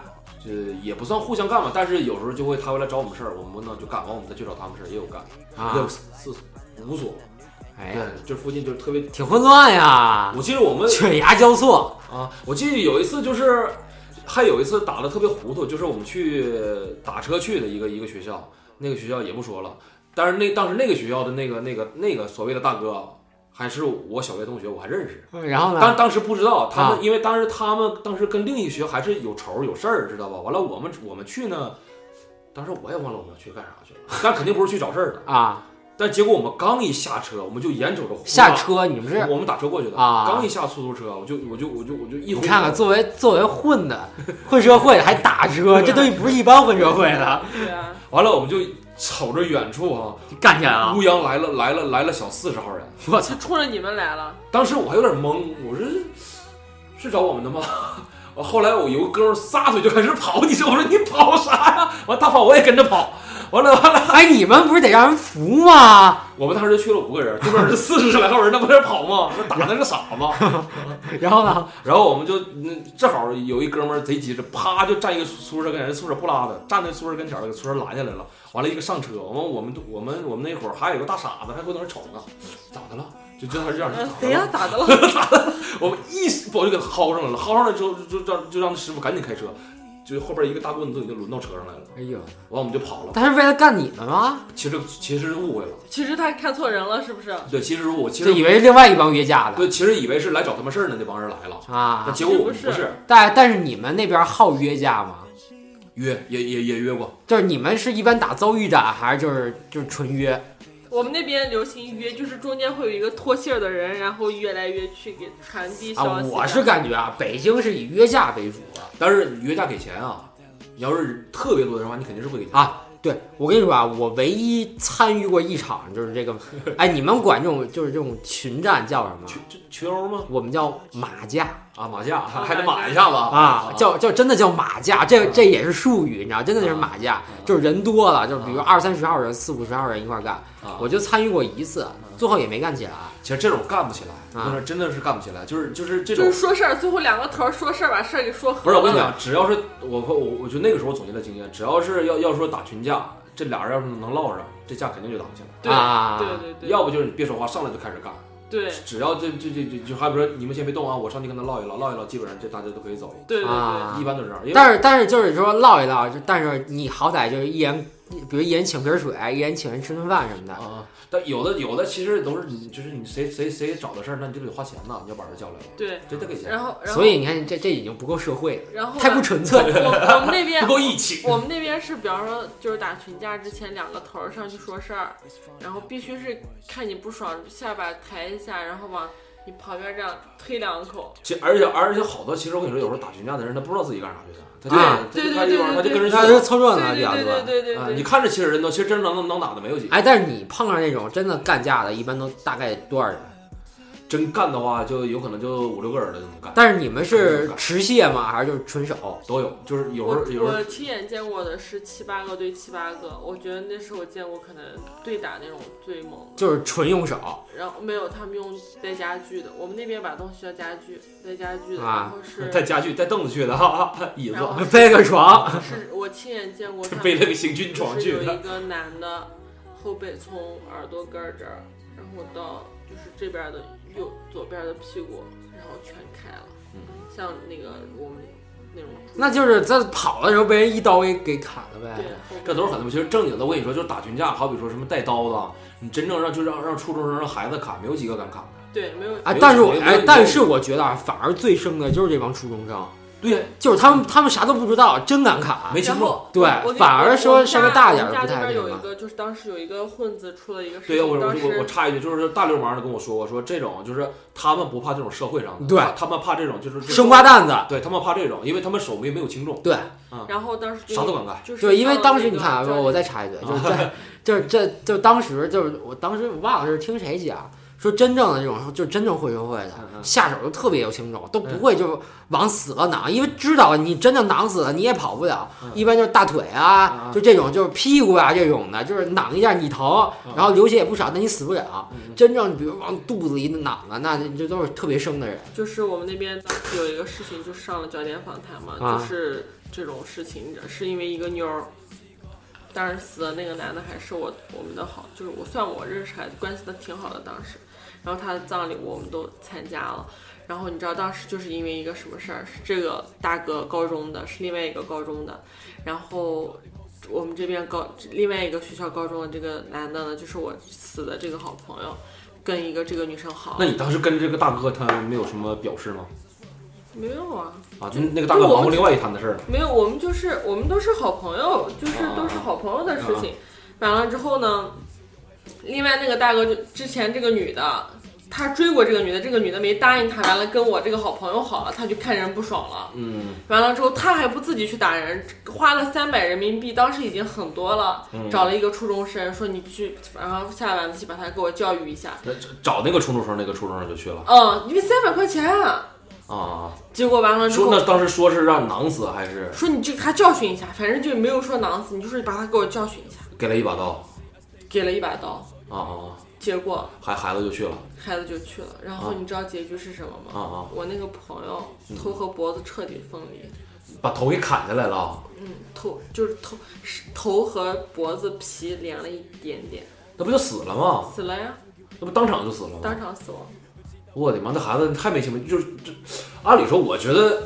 [SPEAKER 4] 这也不算互相干吧，但是有时候就会他会来找我们事儿，我们呢就干，完我们再去找他们事儿也有干，
[SPEAKER 3] 啊
[SPEAKER 4] 有，四五所，
[SPEAKER 3] 哎
[SPEAKER 4] 对
[SPEAKER 3] 呀，，
[SPEAKER 4] 这附近就是特别，
[SPEAKER 3] 挺混乱呀，
[SPEAKER 4] 我记得我们
[SPEAKER 3] 犬牙交错
[SPEAKER 4] 啊，我记得有一次就是，还有一次打的特别糊涂，就是我们去打车去的一个一个学校，那个学校也不说了，但是那当时那个学校的那个那个那个所谓的大哥，啊还是我小学同学，我还认识。
[SPEAKER 3] 嗯然后呢
[SPEAKER 4] 当？当时不知道，他们、
[SPEAKER 3] 啊
[SPEAKER 4] 因为当时他们当时跟另一学校还是有仇有事儿，知道吧？完了，我们我们去呢，当时我也忘了我们去干啥去了，但肯定不是去找事儿的。
[SPEAKER 3] 啊，
[SPEAKER 4] 但结果我们刚一下车，我们就眼瞅着胡
[SPEAKER 3] 下
[SPEAKER 4] 大，
[SPEAKER 3] 车你们是
[SPEAKER 4] 我们打车过去的
[SPEAKER 3] 啊
[SPEAKER 4] 刚一下出租车，我就我就我就我就一
[SPEAKER 3] 你
[SPEAKER 4] 回
[SPEAKER 3] 看看，作为作为混的混社会还打车，这都不是一般混社会的，
[SPEAKER 5] 对啊，
[SPEAKER 4] 完了，我们就瞅着远处啊，
[SPEAKER 3] 干起来了
[SPEAKER 4] 乌。泱来了来了来了小四十号人，
[SPEAKER 3] 我
[SPEAKER 5] 就冲着你们来了。
[SPEAKER 4] 当时我还有点懵，我说是找我们的吗？ 我后来我有个哥们儿撒腿就开始跑，你知道我说你跑啥呀？完他跑我也跟着跑，完了完了，
[SPEAKER 3] 哎，你们不是得让人服吗？
[SPEAKER 4] 我们当时就去了五个人，对面是四十来号人，那不在那跑吗？那打的是傻子。
[SPEAKER 3] 然后呢？
[SPEAKER 4] 然后我们就嗯正好有一哥们儿贼急，这啪就站一个宿舍跟人宿舍不拉的，站在宿舍跟前儿给宿舍拦下来了。完了，一个上车，完我们我们我们那会儿还有一个大傻子还回头瞅呢，咋的了？就就他这样，
[SPEAKER 5] 嗯，
[SPEAKER 4] 咋
[SPEAKER 5] 谁
[SPEAKER 4] 的了
[SPEAKER 5] 呀？咋的了？
[SPEAKER 4] 我们一把我就给他薅上来了，薅上来之后就就让就让那师傅赶紧开车，就后边一个大棍子已经轮到车上来了，
[SPEAKER 3] 哎呦，
[SPEAKER 4] 完我们就跑了。
[SPEAKER 3] 他是为了干你们吗？
[SPEAKER 4] 其实其实是误会了，
[SPEAKER 5] 其实他看错人了，是不是？
[SPEAKER 4] 对，其实是误会，其
[SPEAKER 3] 就
[SPEAKER 4] 实
[SPEAKER 3] 以为是另外一帮约架的
[SPEAKER 4] 对，其实以为是来找他们事儿的那帮人来了，但
[SPEAKER 3] 啊。
[SPEAKER 4] 结果我们
[SPEAKER 5] 其实不是
[SPEAKER 4] 是
[SPEAKER 3] 但但是你们那边好约架吗？
[SPEAKER 4] 约也也也约过，
[SPEAKER 3] 就是你们是一般打遭遇战，还是就是就是纯约？
[SPEAKER 5] 我们那边流行约，就是中间会有一个脱线儿的人，然后约来约去给传递
[SPEAKER 3] 啊
[SPEAKER 5] 消息。，
[SPEAKER 3] 我是感觉啊，北京是以约架为主的，
[SPEAKER 4] 但是你约架给钱啊，你要是特别多的人的话，你肯定是不给钱。
[SPEAKER 3] 啊，对我跟你说啊，我唯一参与过一场就是这个，哎，你们管这种就是这种群战叫什么？
[SPEAKER 4] 群群群殴吗？
[SPEAKER 3] 我们叫马架
[SPEAKER 4] 啊，马架还还得马一下子
[SPEAKER 3] 啊，叫叫真的叫马架，这
[SPEAKER 5] 嗯
[SPEAKER 3] 这也是术语，你知道，真的是马架，就是人多了，就是比
[SPEAKER 5] 嗯
[SPEAKER 3] 如二三十号人、四五十号人一块儿干，
[SPEAKER 4] 啊
[SPEAKER 3] 我就参与过一次，最后也没干起来。
[SPEAKER 4] 其实这种干不起来，
[SPEAKER 3] 啊
[SPEAKER 4] 那是真的是干不起来，就是就是这
[SPEAKER 5] 就
[SPEAKER 4] 种
[SPEAKER 5] 是说事儿，最后两个头儿说事儿，把事儿给说
[SPEAKER 4] 不
[SPEAKER 5] 合
[SPEAKER 4] 是我跟你
[SPEAKER 5] 了。
[SPEAKER 4] 讲，只要是我我我觉得那个时候总结的经验，只要是要要说打群架，这俩人要是能唠上，这架肯定就打不起来。
[SPEAKER 5] 对
[SPEAKER 3] 啊
[SPEAKER 5] 对对对，
[SPEAKER 4] 要不就是你别说话，上来就开始干。
[SPEAKER 5] 对
[SPEAKER 4] 只要这这这这就还比如说你们先别动啊，我上去跟他唠一唠，唠一唠，基本上这大家都可以走。
[SPEAKER 5] 对对对，
[SPEAKER 3] 啊
[SPEAKER 4] 一般都是这样，因为
[SPEAKER 3] 但是但是就是说唠一唠，就但是你好歹就是一人，比如一人请瓶水，一人请人吃顿饭什么的
[SPEAKER 4] 啊，
[SPEAKER 5] 哦
[SPEAKER 4] 但有的有的其实都是你就是你谁谁谁找的事儿，那你就得花钱呐，你要把人叫来了，
[SPEAKER 5] 对，
[SPEAKER 4] 这得给钱。
[SPEAKER 5] 然后然后
[SPEAKER 3] 所以你看这这已经不够社会了，
[SPEAKER 5] 然后
[SPEAKER 3] 太不
[SPEAKER 5] 吧
[SPEAKER 3] 纯粹 了。
[SPEAKER 5] 我我们那 边
[SPEAKER 4] 不够义气，
[SPEAKER 5] 我们那边是，比方说，就是打群架之前，两个头儿上去说事儿，然后必须是看你不爽，下巴抬一下，然后往你旁边这样推两口。
[SPEAKER 4] 其而且而且好多，其实我跟你说，有时候打群架的人他不知道自己干啥去了，他就
[SPEAKER 3] 啊
[SPEAKER 4] 他就他就他就跟人
[SPEAKER 3] 大家都
[SPEAKER 4] 说
[SPEAKER 3] 凑热闹
[SPEAKER 5] 对
[SPEAKER 3] 比
[SPEAKER 5] 对
[SPEAKER 3] 较
[SPEAKER 5] 对
[SPEAKER 3] 多
[SPEAKER 5] 对。对对
[SPEAKER 4] 啊，
[SPEAKER 5] 对，
[SPEAKER 4] 你看着其实人多，其实真能能能打的没有几个。
[SPEAKER 3] 哎，但是你碰上那种真的干架的，一般都大概多少人？
[SPEAKER 4] 真干的话，就有可能就五六个人了就能干，
[SPEAKER 3] 但是你们是持械吗？还是就是纯手？
[SPEAKER 4] 都有。就是有
[SPEAKER 5] 我
[SPEAKER 4] 时候有时候
[SPEAKER 5] 我亲眼见过的是七八个对七八个，我觉得那是我见过可能对打那种最猛的。
[SPEAKER 3] 就是纯用手
[SPEAKER 5] 然后没有他们用带家具的，我们那边把东西叫家具，带家具的，
[SPEAKER 3] 啊
[SPEAKER 5] 然后是
[SPEAKER 4] 带家具、带凳子去的，哈哈，椅子
[SPEAKER 5] 然后嗯
[SPEAKER 3] 背个床，
[SPEAKER 5] 是我亲眼 见过他们
[SPEAKER 4] 背了个行军
[SPEAKER 5] 就
[SPEAKER 4] 床
[SPEAKER 5] 是
[SPEAKER 4] 去
[SPEAKER 5] 有
[SPEAKER 4] 的
[SPEAKER 5] 一。个男的，后背从耳朵根儿这儿，然后到就是这边儿的右左边儿的屁股，然后全开了，
[SPEAKER 4] 嗯
[SPEAKER 5] 像那个我们那种，
[SPEAKER 3] 那就是在跑的时候被人一刀给给砍了
[SPEAKER 5] 对
[SPEAKER 3] 呗。，
[SPEAKER 5] 后背
[SPEAKER 4] 这都是很多，其实正经的，我跟你说，就是打群架，好比说什么带刀的，你真正让就让让初中生让孩子砍，没有几个敢砍的。
[SPEAKER 5] 对没有
[SPEAKER 3] 啊，但是我
[SPEAKER 4] 没有没有
[SPEAKER 3] 哎
[SPEAKER 4] 没，有
[SPEAKER 3] 但是我觉得啊，反而最生的就是这帮初中生，
[SPEAKER 4] 对呀，
[SPEAKER 3] 就是他们他们啥都不知道，真敢砍
[SPEAKER 4] 没。听
[SPEAKER 5] 然
[SPEAKER 4] 过。
[SPEAKER 5] 后
[SPEAKER 3] 对
[SPEAKER 5] 我跟你
[SPEAKER 3] 反而
[SPEAKER 5] 我
[SPEAKER 3] 说
[SPEAKER 5] 我们
[SPEAKER 3] 稍微
[SPEAKER 5] 家
[SPEAKER 3] 大
[SPEAKER 5] 我
[SPEAKER 3] 点儿
[SPEAKER 5] 们家
[SPEAKER 3] 不太
[SPEAKER 5] 那边
[SPEAKER 3] 那
[SPEAKER 5] 有
[SPEAKER 3] 个
[SPEAKER 5] 一个，就是当时有一个混子出了一个事
[SPEAKER 4] 对呀，
[SPEAKER 5] 情，
[SPEAKER 4] 我我
[SPEAKER 5] 当时
[SPEAKER 4] 我我插一句，就是大流氓的跟我说过，说这种就是他们不怕这种社会上的，
[SPEAKER 3] 对
[SPEAKER 4] 他他们怕这种就是
[SPEAKER 3] 生瓜，蛋子，
[SPEAKER 4] 对他们怕这种，因为他们手没没有轻重，
[SPEAKER 3] 对
[SPEAKER 5] 然后当时就
[SPEAKER 4] 啥都敢干。
[SPEAKER 5] 就是
[SPEAKER 3] 对，因为
[SPEAKER 5] 到
[SPEAKER 3] 当
[SPEAKER 5] 那
[SPEAKER 3] 时你
[SPEAKER 5] 个
[SPEAKER 3] 看啊，
[SPEAKER 5] 教
[SPEAKER 3] 我我
[SPEAKER 5] 练
[SPEAKER 3] 再插 一句，就是这就是这就当时就是我当时我忘了是听谁讲。说真正的这种，就真正会社会的
[SPEAKER 4] 嗯，嗯
[SPEAKER 3] 下手都特别有轻重，都不
[SPEAKER 5] 嗯
[SPEAKER 3] 会就往死了囊，因为知道你真的囊死了你也跑不了
[SPEAKER 4] 嗯，
[SPEAKER 3] 一般就是大腿啊
[SPEAKER 4] 嗯，嗯
[SPEAKER 3] 就这种就是屁股啊这种的，就是囊一下你疼，
[SPEAKER 4] 嗯
[SPEAKER 3] 然后流血也不少，但你死不了
[SPEAKER 4] 嗯嗯。
[SPEAKER 3] 真正比如往肚子里囊啊，那这都是特别生的人
[SPEAKER 5] 就是我们那边当时有一个事情，就上了焦点访谈嘛，
[SPEAKER 3] 啊
[SPEAKER 5] 就是这种事情，是因为一个妞儿，当时死的那个男的还是我我们的好，就是我算我认识还关系的挺好的当时，然后他的葬礼我们都参加了。然后你知道当时就是因为一个什么事儿，是这个大哥高中的，是另外一个高中的，然后我们这边高另外一个学校高中的这个男的呢，就是我死的这个好朋友，跟一个这个女生好
[SPEAKER 4] 那，你当时跟这个大哥他没有什么表示吗？
[SPEAKER 5] 没有啊，
[SPEAKER 4] 啊，那那个大哥忙活另外一摊子事儿了。
[SPEAKER 5] 没有，我们就是我们都是好朋友，就是
[SPEAKER 4] 啊
[SPEAKER 5] 都是好朋友的事情。完了之后呢，另外那个大哥就之前这个女的，他追过这个女的，这个女的没答应他，完了跟我这个好朋友好了，他就看人不爽了。
[SPEAKER 4] 嗯，
[SPEAKER 5] 完了之后，他还不自己去打人，花了三百人民币，当时已经很多了，
[SPEAKER 4] 嗯
[SPEAKER 5] 找了一个初中生，说你去，然后下晚自习把他给我教育一下。
[SPEAKER 4] 那找找那个初中生，那个初中生就去了
[SPEAKER 5] 嗯，因为三百块钱啊，
[SPEAKER 4] 啊。
[SPEAKER 5] 结果完了之
[SPEAKER 4] 说
[SPEAKER 5] 后，
[SPEAKER 4] 那当时说是让囊死还是
[SPEAKER 5] 说你这给他教训一下，反正就没有说囊死，你就是把他给我教训一下。
[SPEAKER 4] 给了一把刀
[SPEAKER 5] 给了一把刀，
[SPEAKER 4] 啊啊，
[SPEAKER 5] 结果
[SPEAKER 4] 孩孩子就去了
[SPEAKER 5] 孩子就去了。然后
[SPEAKER 4] 啊
[SPEAKER 5] 你知道结局是什么吗？
[SPEAKER 4] 啊啊，嗯
[SPEAKER 5] 我那个朋友头和脖子彻底分离，
[SPEAKER 4] 把头给砍下来了。
[SPEAKER 5] 嗯，头就是头是头和脖子皮连了一点点，
[SPEAKER 4] 那不就死了吗？
[SPEAKER 5] 死了呀，
[SPEAKER 4] 那不当场就死了吗
[SPEAKER 5] 当？场死亡。
[SPEAKER 4] 我的妈，那孩子太没性没，就是这，按理说我觉得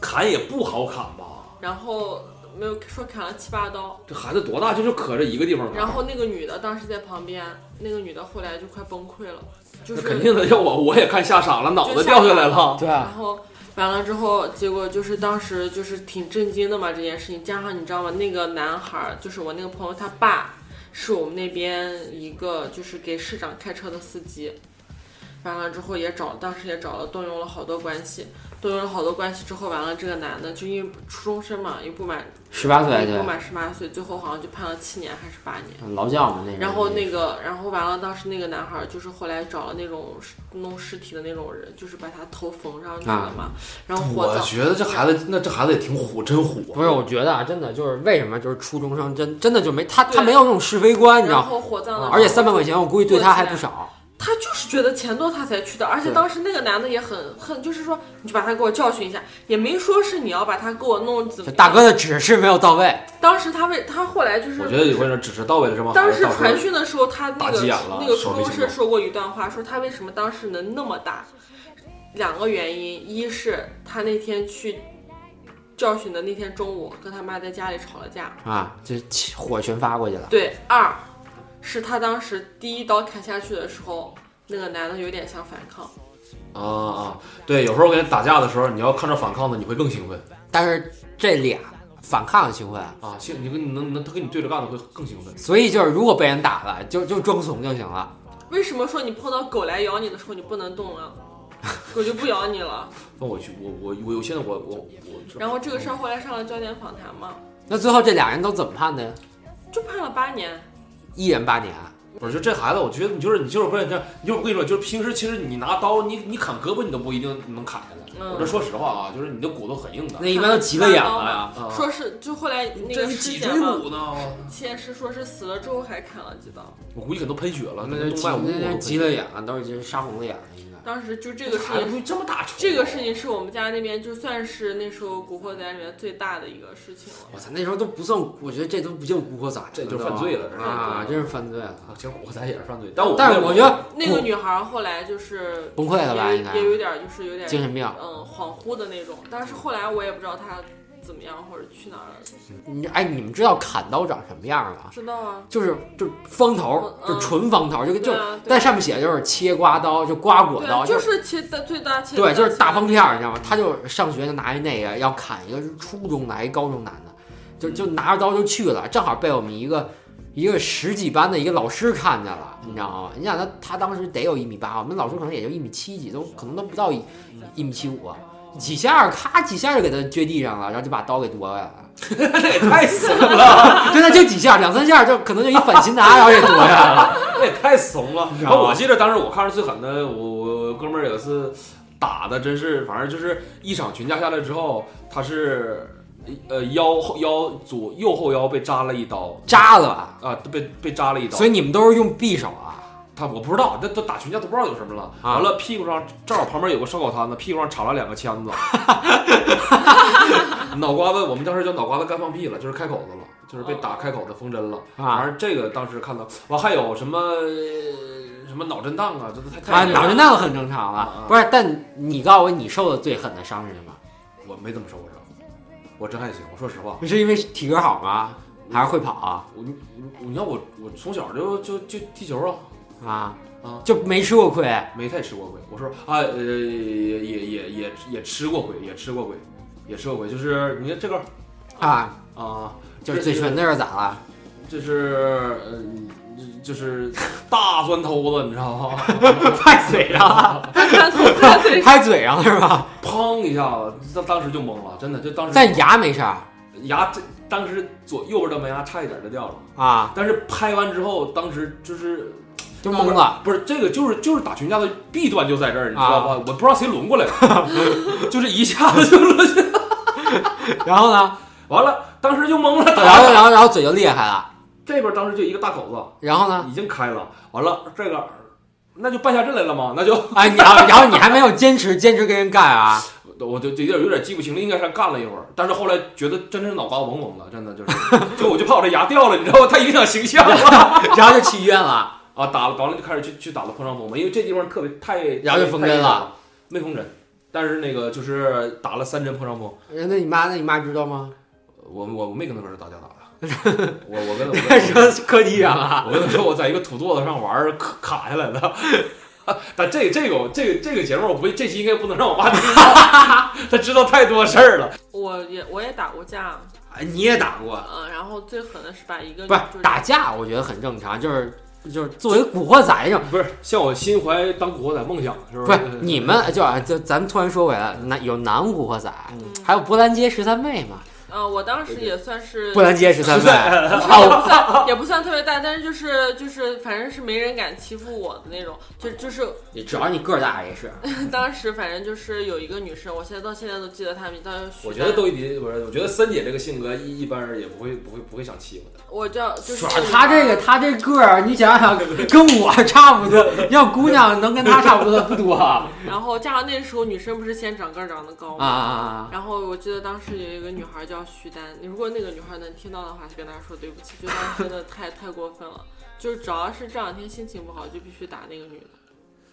[SPEAKER 4] 砍也不好砍吧，
[SPEAKER 5] 然后没有说砍了七八刀，
[SPEAKER 4] 这孩子多大就是可着一个地方砍，
[SPEAKER 5] 然后那个女的当时在旁边，那个女的后来就快崩溃了，就
[SPEAKER 4] 那
[SPEAKER 5] 是
[SPEAKER 4] 肯定的，要我我也看吓傻了，脑袋掉下来了。
[SPEAKER 3] 对啊
[SPEAKER 5] 然后完了之后，结果就是当时就是挺震惊的嘛，这件事情。加上你知道吗？那个男孩儿就是我那个朋友他爸，是我们那边一个就是给市长开车的司机。完了之后也找，当时也找了，动用了好多关系，都有了好多关系之后，完了这个男的就因为初中生嘛，也不满
[SPEAKER 3] 十八岁
[SPEAKER 5] 也不
[SPEAKER 3] 对，
[SPEAKER 5] 满十八岁，最后好像就判了七年还是八年。
[SPEAKER 3] 劳教嘛那是。
[SPEAKER 5] 然后那个，然后完了，当时那个男孩儿就是后来找了那种尸弄尸体的那种人，就是把他头缝上去
[SPEAKER 3] 啊
[SPEAKER 5] 了嘛，然后火
[SPEAKER 4] 我
[SPEAKER 5] 葬。
[SPEAKER 4] 觉得这孩子，那这孩子也挺虎，真虎。
[SPEAKER 3] 不是，我觉得啊，真的就是为什么就是初中生真真的就没他他
[SPEAKER 5] 对
[SPEAKER 3] 没有那种是非观，你知道
[SPEAKER 5] 然
[SPEAKER 3] 吗？
[SPEAKER 5] 后火葬的，
[SPEAKER 3] 而且三百块钱，我估计对他还不少。
[SPEAKER 5] 他就是觉得钱多他才去的，而且
[SPEAKER 3] 对
[SPEAKER 5] 当时那个男的也很很，就是说你就把他给我教训一下，也没说是你要把他给我弄怎
[SPEAKER 3] 这
[SPEAKER 5] 么。
[SPEAKER 3] 大，哥的指示没有到位，
[SPEAKER 5] 当时他为他后来就是
[SPEAKER 4] 我觉得有个人只是到位了这帮孩
[SPEAKER 5] 当
[SPEAKER 4] 子，
[SPEAKER 5] 时
[SPEAKER 4] 哦到时
[SPEAKER 5] 传
[SPEAKER 4] 候
[SPEAKER 5] 讯的时候，他那
[SPEAKER 4] 打
[SPEAKER 5] 个
[SPEAKER 4] 急眼了
[SPEAKER 5] 那个初
[SPEAKER 4] 手没
[SPEAKER 5] 中
[SPEAKER 4] 行
[SPEAKER 5] 生
[SPEAKER 4] 动
[SPEAKER 5] 说过一段话，说他为什么当时能那么大，两个原因，一是他那天去教训的那天中午跟他妈在家里吵了架，
[SPEAKER 3] 啊，这火全发过去了。
[SPEAKER 5] 对，二是他当时第一刀砍下去的时候，那个男的有点想反抗，
[SPEAKER 4] 啊啊，对，有时候跟人打架的时候，你要看着反抗的，你会更兴奋
[SPEAKER 3] 但是这俩反抗兴奋，
[SPEAKER 4] 啊，兴你跟你能能他跟你对着干的会更兴奋。
[SPEAKER 3] 所以就是如果被人打了，就就装怂就行了。
[SPEAKER 5] 为什么说你碰到狗来咬你的时候你不能动了，狗就不咬你了？
[SPEAKER 4] 那我去，我我我有现在我我我，
[SPEAKER 5] 然后这个事儿后来上了焦点访谈嘛，
[SPEAKER 3] 那最后这俩人都怎么判的呀？
[SPEAKER 5] 就判了八年。
[SPEAKER 3] 一人八年啊，
[SPEAKER 4] 不是就这孩子，我觉得你就是你就是不是你这，你就是我跟你说，就是平时其实你拿刀，你你砍胳膊你都不一定能砍下来。
[SPEAKER 5] 嗯
[SPEAKER 4] 我这说实话啊，就是你的骨头很硬的
[SPEAKER 3] 那，一般都急了眼了呀。
[SPEAKER 4] 啊
[SPEAKER 5] 说是就后来那
[SPEAKER 4] 这
[SPEAKER 5] 个
[SPEAKER 4] 是
[SPEAKER 5] 尸
[SPEAKER 4] 脊
[SPEAKER 5] 检
[SPEAKER 4] 椎
[SPEAKER 5] 嘛，
[SPEAKER 4] 骨呢，
[SPEAKER 5] 现实说是死了之后还砍了几刀，
[SPEAKER 4] 我估计可能喷血了，
[SPEAKER 3] 那就
[SPEAKER 4] 动
[SPEAKER 3] 急
[SPEAKER 4] 脉无
[SPEAKER 3] 那
[SPEAKER 4] 骨
[SPEAKER 3] 就急了眼了，都已经杀红了眼了，应该。
[SPEAKER 5] 当时就这
[SPEAKER 4] 这
[SPEAKER 5] 个
[SPEAKER 4] 个
[SPEAKER 5] 事
[SPEAKER 4] 孩子
[SPEAKER 5] 情，
[SPEAKER 4] 会这么大仇，
[SPEAKER 5] 这个事情是我们家那边就算是那时候《古惑仔》里面最大的一个事情了。
[SPEAKER 3] 我操，那时候都不算，我觉得这都不叫古惑仔了，
[SPEAKER 4] 这就是
[SPEAKER 3] 都
[SPEAKER 4] 犯罪了这是
[SPEAKER 3] 啊，真是犯罪了。
[SPEAKER 4] 啊，其实我才也是犯罪，但我
[SPEAKER 3] 但是我觉得
[SPEAKER 5] 那个女孩儿后来就是
[SPEAKER 3] 崩溃了吧，
[SPEAKER 5] 也
[SPEAKER 3] 应该
[SPEAKER 5] 也有点儿就是有点
[SPEAKER 3] 精神病。
[SPEAKER 5] 嗯恍惚的那种，但是后来我也不知道她怎么样或者去哪儿了，
[SPEAKER 3] 你哎，你们知道砍刀长什么样吗？
[SPEAKER 5] 知道啊，
[SPEAKER 3] 就是就是方头，
[SPEAKER 5] 嗯
[SPEAKER 3] 就是纯方头，就就
[SPEAKER 5] 对啊对啊
[SPEAKER 3] 但上面写的就是切刮刀，就刮果
[SPEAKER 5] 对
[SPEAKER 3] 刀，
[SPEAKER 5] 啊，就是是切的最大切
[SPEAKER 3] 对，
[SPEAKER 5] 的
[SPEAKER 3] 就是大
[SPEAKER 5] 切的
[SPEAKER 3] 方片儿，你知道吗？他就上学就拿一那个要砍一个是初中的，一高中男的，就就拿着刀就去了，正好被我们一个一个十几班的一个老师看见了，你知道吗？你想他他当时得有一米八，我们老师可能也就一米七几，都可能都不到一一米七五，啊几下咔几下就给他撅地上了，然后就把刀给夺过来了。
[SPEAKER 4] 那 也太怂了，
[SPEAKER 3] 真的就几下，两三下就可能就一反擒拿，然后给夺下来了。
[SPEAKER 4] 那也太怂了。
[SPEAKER 3] 知
[SPEAKER 4] 然
[SPEAKER 3] 道吗
[SPEAKER 4] 后我记得当时我看着最狠的，我我我哥们儿有一次打的，真是反正就是一场群架下来之后，他是呃腰后腰左右后腰被扎了一刀
[SPEAKER 3] 扎了吧？
[SPEAKER 4] 啊，被被扎了一刀。
[SPEAKER 3] 所以你们都是用匕首啊？
[SPEAKER 4] 他我不知道，那都打群架都不知道有什么了。
[SPEAKER 3] 啊
[SPEAKER 4] 完了，屁股上正好旁边有个烧烤摊子，屁股上插了两个签子，脑瓜子，我们当时叫脑瓜子干放屁了，就是开口子了，就是被打开口子缝针了。
[SPEAKER 3] 啊
[SPEAKER 4] 反正这个当时看到，完还有什么呃什么脑震荡啊，这都太
[SPEAKER 3] 啊，
[SPEAKER 4] 太
[SPEAKER 3] 脑震荡很正常
[SPEAKER 4] 啊
[SPEAKER 3] 了。不是，但你告诉我，你受的最狠的伤是什么？
[SPEAKER 4] 我没怎么受过伤，我真还行，我说实话。
[SPEAKER 3] 是因为体格好吗？还是会跑啊？
[SPEAKER 4] 我你你你看我我从小就就就踢球啊，
[SPEAKER 3] 啊
[SPEAKER 4] 啊
[SPEAKER 3] 就没吃过亏。
[SPEAKER 4] 没太吃过亏。我说啊，呃，也也也也也吃过亏，也吃过亏，也吃过亏。就是你看这个
[SPEAKER 3] 啊，
[SPEAKER 4] 啊，
[SPEAKER 3] 就是嘴唇那是咋了？
[SPEAKER 4] 这是嗯，就是大砖头子，你知道吗？
[SPEAKER 3] 拍嘴上了，
[SPEAKER 5] 看头看嘴
[SPEAKER 3] 拍嘴上了是吧？
[SPEAKER 4] 砰一下子，当当时就懵了，真的，就当时
[SPEAKER 3] 但牙没事儿
[SPEAKER 4] 牙这当时左右边的门牙差一点就掉了，
[SPEAKER 3] 啊，
[SPEAKER 4] 但是拍完之后，当时就是
[SPEAKER 3] 就懵了。
[SPEAKER 4] 不是这个，就是就是打群架的弊端就在这儿，你知道吧？我不知道谁轮过来的， 就是一下子就轮下
[SPEAKER 3] 然后呢？
[SPEAKER 4] 完了，当时就懵了。
[SPEAKER 3] 然后然后然后嘴就裂开了。
[SPEAKER 4] 这边当时就一个大口子
[SPEAKER 3] 然后呢？
[SPEAKER 4] 已经开了，完了这个那就败下阵来了嘛，那就
[SPEAKER 3] 啊，你然后然后你还没有坚持坚持跟人干啊？
[SPEAKER 4] 我就有点有点记不清了，应该是干了一会儿，但是后来觉得真是脑瓜嗡嗡的，真的就是， 就我就怕我这牙掉了，你知道吗？太影响形象了
[SPEAKER 3] 然后就去医院了。
[SPEAKER 4] 啊！打了完了就开始去去打了破伤风嘛，因为这地方特别太，
[SPEAKER 3] 然后就缝针了
[SPEAKER 4] 太严重了，没缝针，但是那个就是打了三针破伤风，
[SPEAKER 3] 那你妈那你妈知道吗？
[SPEAKER 4] 我我我没跟他说打架打的，我我跟我
[SPEAKER 3] 在 说科技上啊，
[SPEAKER 4] 我跟他说我在一个土垛子上玩儿卡卡下来的。 但这这个我这个这个节目，我估计这期应该不能让我妈听到， 她知道太多事儿了。
[SPEAKER 5] 我也我也打过架，
[SPEAKER 3] 哎你也打过，
[SPEAKER 5] 嗯，然后最狠的是把一个
[SPEAKER 3] 不是
[SPEAKER 5] 就是
[SPEAKER 3] 打架，我觉得很正常，就是就是作为古惑仔这种，
[SPEAKER 4] 不是像我心怀当古惑仔梦想，是不
[SPEAKER 3] 不
[SPEAKER 4] 是
[SPEAKER 3] 是？你们就啊，就咱们突然说回来，南有南古惑仔，
[SPEAKER 5] 嗯
[SPEAKER 3] 还有波兰街十三妹嘛，
[SPEAKER 5] 啊，我当时也算是
[SPEAKER 3] 波兰街十 三妹，
[SPEAKER 5] 也
[SPEAKER 3] 哦，
[SPEAKER 5] 不算也不算特别大，但是就是就是，反正是没人敢欺负我的那种。就就是
[SPEAKER 3] 只要你个儿大也是，
[SPEAKER 5] 当时反正就是有一个女生，我现在到现在都记得她名，叫徐
[SPEAKER 4] 我
[SPEAKER 5] 丹
[SPEAKER 4] 觉得窦一迪不是，我觉得森姐这个性格一一般人也不会不会不会想欺负她。
[SPEAKER 5] 我叫就是
[SPEAKER 3] 他这个他这个儿，你想想跟我差不 多，要姑娘能跟他差不多的不多啊
[SPEAKER 5] 然后加上那时候女生不是先长个儿长得高
[SPEAKER 3] 啊
[SPEAKER 5] 吗？
[SPEAKER 3] 啊！
[SPEAKER 5] 然后我记得当时有一个女孩叫徐丹，你如果那个女孩能听到的话，就跟她说对不起，就当时真的太太过分了。就是只要是这两天心情不好，就必须打那个女的。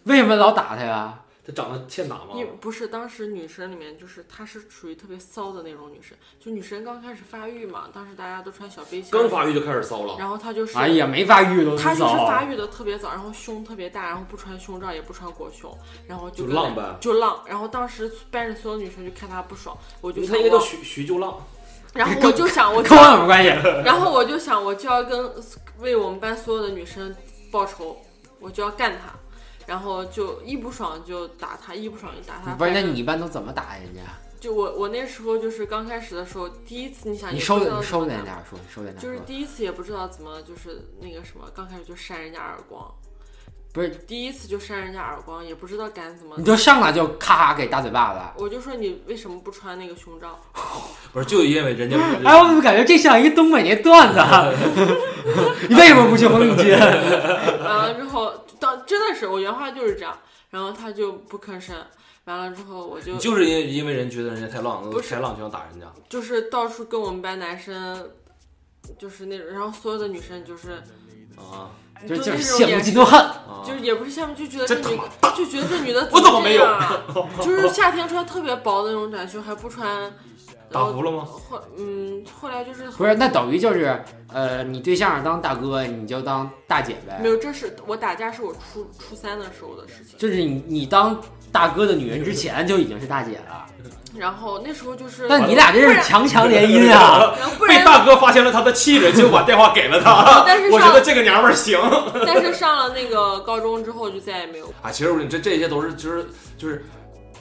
[SPEAKER 3] 为什么老打他呀？
[SPEAKER 4] 她长得欠打吗？
[SPEAKER 5] 因为不是当时女生里面，就是她是属于特别骚的那种女生，就女生刚开始发育嘛，当时大家都穿小背心，
[SPEAKER 4] 刚发育就开始骚了，
[SPEAKER 5] 然后她就是，
[SPEAKER 3] 哎呀，没发育都
[SPEAKER 5] 她就是发
[SPEAKER 3] 早，
[SPEAKER 5] 育的特别早，然后胸特别大，然后不穿胸罩也不穿裹胸，然后就
[SPEAKER 4] 就
[SPEAKER 5] 跟
[SPEAKER 4] 浪呗
[SPEAKER 5] 就浪，然后当时班上所有女生就看她不爽，我就
[SPEAKER 4] 她
[SPEAKER 5] 想
[SPEAKER 4] 应该叫
[SPEAKER 5] 我
[SPEAKER 4] 徐徐就浪，
[SPEAKER 5] 然后我就想我就
[SPEAKER 3] 跟我有什么 关系？
[SPEAKER 5] 然后我就想，我就要跟为我们班所有的女生报仇，我就要干她，然后就一不爽就打她，一不爽就打她。
[SPEAKER 3] 不是，那
[SPEAKER 5] 反正
[SPEAKER 3] 你一般都怎么打人 家？
[SPEAKER 5] 就我我那时候就是刚开始的时候，第一次哎你想
[SPEAKER 3] 你
[SPEAKER 5] 也
[SPEAKER 3] 收
[SPEAKER 5] 不知道
[SPEAKER 3] 你
[SPEAKER 5] 怎
[SPEAKER 3] 收
[SPEAKER 5] 么
[SPEAKER 3] 敛
[SPEAKER 5] 打
[SPEAKER 3] 点儿嗯说，你收敛点儿
[SPEAKER 5] 就是
[SPEAKER 3] 说。
[SPEAKER 5] 第一次也不知道怎么就是那个什么，刚开始就扇人家耳光，
[SPEAKER 3] 不是，
[SPEAKER 5] 第一次就扇人家耳光，也不知道该怎么
[SPEAKER 3] 你。就上来就咔咔给大嘴巴子。
[SPEAKER 5] 我就说你为什么不穿那个胸罩？
[SPEAKER 4] 不是就因为人家
[SPEAKER 5] 嗯
[SPEAKER 3] 哎，我怎么感觉这像一个东北那段子 啊？你为什么不去红领巾？
[SPEAKER 5] 完了之后，当真的是我原话就是这样，然后他就不吭声。完了之后我就
[SPEAKER 4] 就是因为因为人觉得人家太浪
[SPEAKER 5] 不，是
[SPEAKER 4] 太浪就想打人家。
[SPEAKER 5] 就是到处跟我们班男生，就是那种，然后所有的女生就是，
[SPEAKER 4] 啊
[SPEAKER 3] 就
[SPEAKER 5] 就
[SPEAKER 3] 就是
[SPEAKER 5] 那
[SPEAKER 3] 羡
[SPEAKER 5] 种
[SPEAKER 3] 慕
[SPEAKER 5] 眼
[SPEAKER 3] 嫉
[SPEAKER 5] 神
[SPEAKER 3] 妒恨。
[SPEAKER 4] 啊！
[SPEAKER 5] 就是也不是羡慕，就觉得这
[SPEAKER 4] 真他
[SPEAKER 5] 女
[SPEAKER 4] 妈
[SPEAKER 5] 就觉得这女的
[SPEAKER 4] 我怎么没有
[SPEAKER 5] 啊？ 就是夏天穿特别薄的那种短袖，还不穿，然
[SPEAKER 4] 打
[SPEAKER 5] 后
[SPEAKER 4] 服了吗？
[SPEAKER 5] 后嗯后来就是
[SPEAKER 3] 不是，那等于就是，呃，你对象当大哥，你就当大姐呗
[SPEAKER 5] 没。有，这是我打架是我初初三的时候的事情，
[SPEAKER 3] 就是你你当大哥的女人之前就已经是大姐了。
[SPEAKER 5] 然后那时候就是，
[SPEAKER 3] 但你俩这是强强联姻啊！
[SPEAKER 5] 然后嗯不
[SPEAKER 4] 被
[SPEAKER 5] 然。
[SPEAKER 4] 大哥发现了他的气质，就把电话给了他
[SPEAKER 5] 但是上
[SPEAKER 4] 我觉得这个娘们儿行。
[SPEAKER 5] 但是上了那个高中之后就再也没有，
[SPEAKER 4] 啊，其实我跟你这这些都是就是就是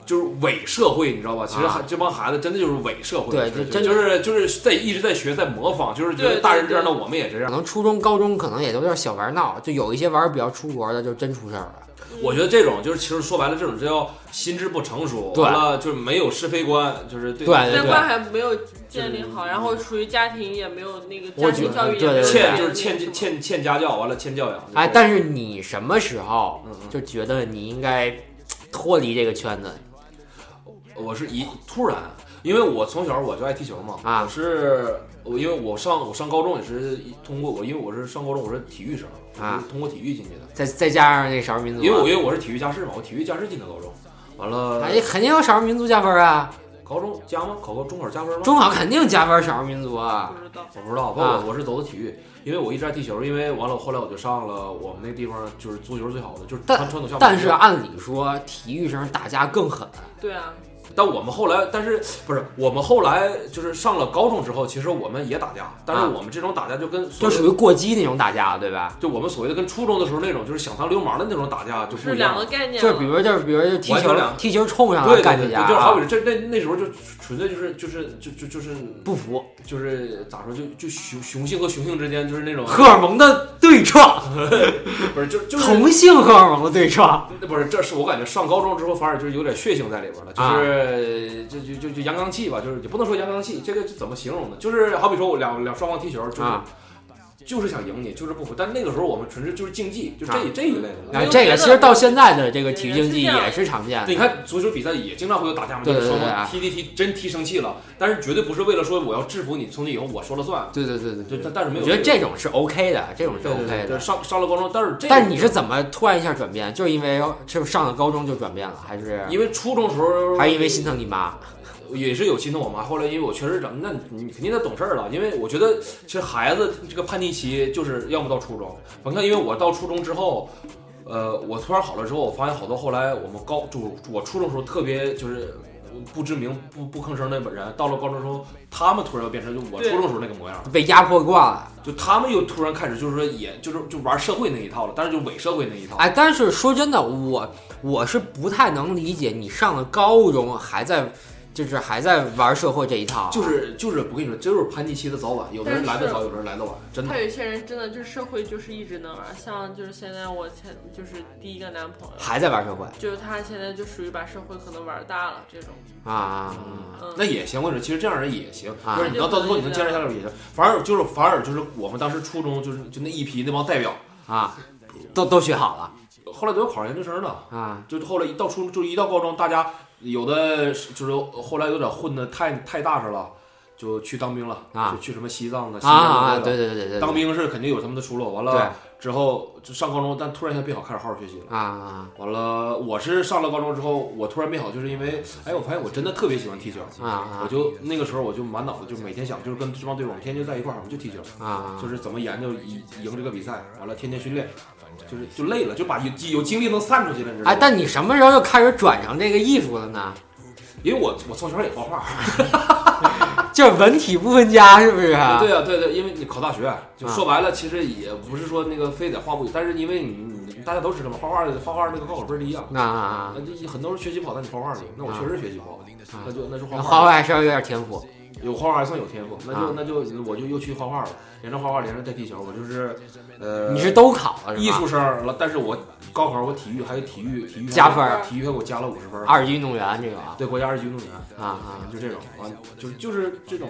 [SPEAKER 4] 就是伪社会，你知道吧？其实
[SPEAKER 3] 啊
[SPEAKER 4] 还这帮孩子真的就是伪社会，
[SPEAKER 3] 对
[SPEAKER 4] 是
[SPEAKER 3] 这真
[SPEAKER 4] 就
[SPEAKER 3] 的
[SPEAKER 4] 是就是在一直在学，在模仿，就是觉
[SPEAKER 5] 对
[SPEAKER 4] 得
[SPEAKER 5] 对
[SPEAKER 4] 大人这样，那
[SPEAKER 5] 对
[SPEAKER 4] 我们也这
[SPEAKER 3] 可
[SPEAKER 4] 样。
[SPEAKER 3] 能初中、高中可能也都有点小玩闹，就有一些玩儿比较出格的，就真出事儿了。
[SPEAKER 4] 我觉得这种就是其实说白了，这种就叫心智不成熟，
[SPEAKER 3] 对
[SPEAKER 4] 完了就是没有是非观，就是对
[SPEAKER 3] 对对
[SPEAKER 5] 三
[SPEAKER 3] 对
[SPEAKER 5] 观还没有建立好，然后处于家庭也没有那个
[SPEAKER 3] 我
[SPEAKER 5] 家
[SPEAKER 3] 觉
[SPEAKER 5] 庭
[SPEAKER 3] 得
[SPEAKER 5] 教育也
[SPEAKER 3] 对
[SPEAKER 5] 没
[SPEAKER 3] 对
[SPEAKER 5] 有
[SPEAKER 3] 对
[SPEAKER 4] 欠
[SPEAKER 5] 那
[SPEAKER 4] 就
[SPEAKER 5] 个
[SPEAKER 4] 是欠
[SPEAKER 5] 什么
[SPEAKER 4] 欠欠家教，完了欠教养。就是
[SPEAKER 3] 哎，但是你什么时候
[SPEAKER 4] 嗯嗯
[SPEAKER 3] 就觉得你应该脱离这个圈子？
[SPEAKER 4] 我是一突然，因为我从小我就爱踢球嘛，
[SPEAKER 3] 啊
[SPEAKER 4] 我是我因为我上我上高中也是一通过我，因为我是上高中我是体育生，
[SPEAKER 3] 啊
[SPEAKER 4] 我是通过体育进去的。
[SPEAKER 3] 再再加上那少数民族啊，
[SPEAKER 4] 因为我因为我是体育加试嘛，我体育加试进的高中，完了，
[SPEAKER 3] 哎，肯定有少数民族加分啊，
[SPEAKER 4] 高中加吗？考个中考加分吗？
[SPEAKER 3] 中考肯定加分少数民族啊
[SPEAKER 5] 不。知道。
[SPEAKER 4] 我不知道，不，
[SPEAKER 3] 啊
[SPEAKER 4] 我我是走的体育，因为我一直爱踢球，因为完了后来我就上了我们那地方就是足球最好的，就是
[SPEAKER 3] 但
[SPEAKER 4] 传传统项目。
[SPEAKER 3] 但是啊按理说，体育生打架更狠。
[SPEAKER 5] 对啊，
[SPEAKER 4] 但我们后来，但是不是我们后来就是上了高中之后，其实我们也打架，但是
[SPEAKER 3] 啊
[SPEAKER 4] 我们这种打架就跟
[SPEAKER 3] 就属
[SPEAKER 4] 于
[SPEAKER 3] 于过激那种打架，对吧？
[SPEAKER 4] 就我们所谓的跟初中的时候那种就是想当流氓的那种打架就是不一
[SPEAKER 5] 两
[SPEAKER 4] 样
[SPEAKER 5] 个
[SPEAKER 4] 了。
[SPEAKER 5] 概念
[SPEAKER 3] 就
[SPEAKER 5] 了。
[SPEAKER 3] 是比如就是比如就踢
[SPEAKER 4] 完全
[SPEAKER 3] 球
[SPEAKER 4] 两
[SPEAKER 3] 踢球冲上
[SPEAKER 4] 对
[SPEAKER 3] 来
[SPEAKER 4] 对
[SPEAKER 3] 干
[SPEAKER 4] 对
[SPEAKER 3] 这
[SPEAKER 4] 对，
[SPEAKER 3] 架
[SPEAKER 4] 就是好比
[SPEAKER 3] 啊，
[SPEAKER 4] 是这那那时候就纯粹就是就是就就就是
[SPEAKER 3] 不服，
[SPEAKER 4] 就是咋说，就就雄雄性和雄性之间就是那种
[SPEAKER 3] 荷尔蒙的对撞，
[SPEAKER 4] 不是嗯就就是
[SPEAKER 3] 同性荷尔蒙的对撞，
[SPEAKER 4] 不是，这是我感觉上高中之后反而就是有点血性在里边了，
[SPEAKER 3] 啊
[SPEAKER 4] 就是、就就就就阳刚气吧，就是也不能说阳刚气，这个怎么形容呢？就是好比说我两两双方踢球，就是、
[SPEAKER 3] 啊
[SPEAKER 4] 就是想赢你，就是不服，但那个时候我们纯是就是竞技，就这、
[SPEAKER 3] 啊
[SPEAKER 4] 这一类的。
[SPEAKER 5] 我
[SPEAKER 3] 然后
[SPEAKER 5] 就
[SPEAKER 3] 这
[SPEAKER 5] 觉
[SPEAKER 3] 个
[SPEAKER 5] 得
[SPEAKER 3] 其实到现在的这个体育
[SPEAKER 5] 也是
[SPEAKER 3] 竞技
[SPEAKER 5] 这样
[SPEAKER 3] 也是常见的。
[SPEAKER 4] 你，看足球比赛也经常会有打架嘛，
[SPEAKER 3] 对
[SPEAKER 4] 就
[SPEAKER 3] 对
[SPEAKER 4] 是双
[SPEAKER 3] 对对
[SPEAKER 4] 方
[SPEAKER 3] 啊
[SPEAKER 4] 踢踢踢，真踢生气了，但是绝对不是为了说我要制服你，从今以后我说了算，
[SPEAKER 3] 对对对对
[SPEAKER 4] 就
[SPEAKER 3] 对，
[SPEAKER 4] 但但是没
[SPEAKER 3] 我
[SPEAKER 4] 有。
[SPEAKER 3] 觉得这种是 OK 的，这种是
[SPEAKER 4] 对对
[SPEAKER 3] OK
[SPEAKER 4] 对，就
[SPEAKER 3] 的
[SPEAKER 4] 是。上上了高中，但是这
[SPEAKER 3] 但是你是怎么突然一下转变？就是因为是上了高中就转变了，还是
[SPEAKER 4] 因为初中时候
[SPEAKER 3] 还是因为心疼你妈？
[SPEAKER 4] 也是有心疼我妈。后来因为我确实长，那你肯定得懂事儿了。因为我觉得其实孩子这个叛逆期就是要么到初中，反正因为我到初中之后。呃，我突然好了之后，我发现好多后来我们高就我初中时候特别就是不知名不不吭声的人，到了高中之后，他们突然又变成就我初
[SPEAKER 5] 对
[SPEAKER 4] 中时候那个模样，
[SPEAKER 3] 被压迫惯了。
[SPEAKER 4] 就他们又突然开始就是说也就是就玩社会那一套了，但是就伪社会那一套。
[SPEAKER 3] 哎，但是说真的，我我是不太能理解你上了高中还在，就是还在玩社会这一套。啊
[SPEAKER 4] 就是就是，我跟你说，这就是叛逆期的早晚，有的人来的早，有的人来的晚，真的
[SPEAKER 5] 他。有些人真的就是社会就是一直能玩，像就是现在我前就是第一个男朋友，
[SPEAKER 3] 还在玩社会
[SPEAKER 5] 就是他现在就属于把社会可能玩大了这种，
[SPEAKER 3] 啊，
[SPEAKER 5] 嗯，
[SPEAKER 4] 那也行，我跟你说，其实这样人也行，
[SPEAKER 3] 啊
[SPEAKER 4] 就是你到到最后你能坚持下来也行。反而就是反而就是我们当时初中就是就那一批那帮代表，
[SPEAKER 3] 啊，
[SPEAKER 4] 嗯
[SPEAKER 3] 都都学好了
[SPEAKER 4] 后来都考上研究生了。
[SPEAKER 3] 啊
[SPEAKER 4] 就后来一到初就一到高中，大家有的是就是后来有点混的太太大声了，就去当兵了，
[SPEAKER 3] 啊
[SPEAKER 4] 就去什么西藏的西
[SPEAKER 3] 啊
[SPEAKER 4] 藏
[SPEAKER 3] 啊！
[SPEAKER 4] 的
[SPEAKER 3] 对对对对对，
[SPEAKER 4] 当兵是肯定有他们的出路。完
[SPEAKER 3] 对
[SPEAKER 4] 了之后就上高中，但突然一下变好，开始好好学习了。
[SPEAKER 3] 啊啊
[SPEAKER 4] 完了，我是上了高中之后，我突然变好，就是因为哎，我发现我真的特别喜欢踢球，
[SPEAKER 3] 啊啊
[SPEAKER 4] 我就那个时候我就满脑子就每天想，就是跟这帮队友，我们天天就在一块儿，我们就踢球，
[SPEAKER 3] 啊！
[SPEAKER 4] 就是怎么研究赢赢这个比赛，完了天天训练，就是就累了，就把有有精力能散出去了，你知道吗？
[SPEAKER 3] 哎，但你什么时候就开始转成这个艺术了呢？
[SPEAKER 4] 因为我我从小也画画，
[SPEAKER 3] 就是文体不分家，是不是？
[SPEAKER 4] 对啊对对，因为你考大学，啊就
[SPEAKER 3] 啊
[SPEAKER 4] 说白了，其实也不是说那个非得画不，但是因为你你大家都知道嘛，画画画画那个高考分低呀，
[SPEAKER 3] 啊啊
[SPEAKER 4] 那就很多人学习不好，但你画画行，那我确实学习不好，那就那就
[SPEAKER 3] 啊！
[SPEAKER 4] 画
[SPEAKER 3] 画画还稍微有点天赋
[SPEAKER 4] 有画画还算有天赋，那
[SPEAKER 3] 啊
[SPEAKER 4] 就那就我就又去画画了，连着画画连着带踢球，我就是呃
[SPEAKER 3] 你是都考了是吧？
[SPEAKER 4] 艺术生了，但是我高考我体育还有体育体育
[SPEAKER 3] 加分儿
[SPEAKER 4] 体育还给我加了五十分儿，
[SPEAKER 3] 二级运动员这个啊
[SPEAKER 4] 对国家二级运动员。
[SPEAKER 3] 啊啊！
[SPEAKER 4] 就这种，完就是就是这种，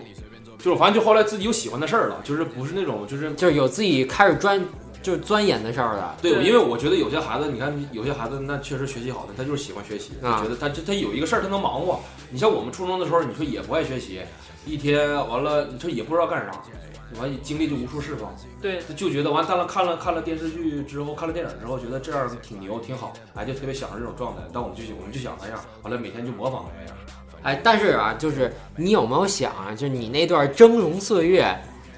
[SPEAKER 4] 就是反正就后来自己有喜欢的事儿了，就是不是那种就是
[SPEAKER 3] 就是有自己开始专就是钻研的事儿了。
[SPEAKER 4] 对，
[SPEAKER 5] 对
[SPEAKER 4] 因为我觉得有些孩子，你看有些孩子那确实学习好的，他就是喜欢学习，
[SPEAKER 3] 啊
[SPEAKER 4] 他觉得他这他有一个事儿他能忙活。你像我们初中的时候，你说也不爱学习，一天完了你说也不知道干啥，完了精力就无处释放，
[SPEAKER 5] 对，
[SPEAKER 4] 他就觉得完看了看了看了电视剧之后，看了电影之后，觉得这样挺牛挺好，哎，就特别享受这种状态。但我们就我们就想那样，完了每天就模仿那样。
[SPEAKER 3] 哎，但是啊，就是你有没有想啊，就是你那段峥嵘岁月，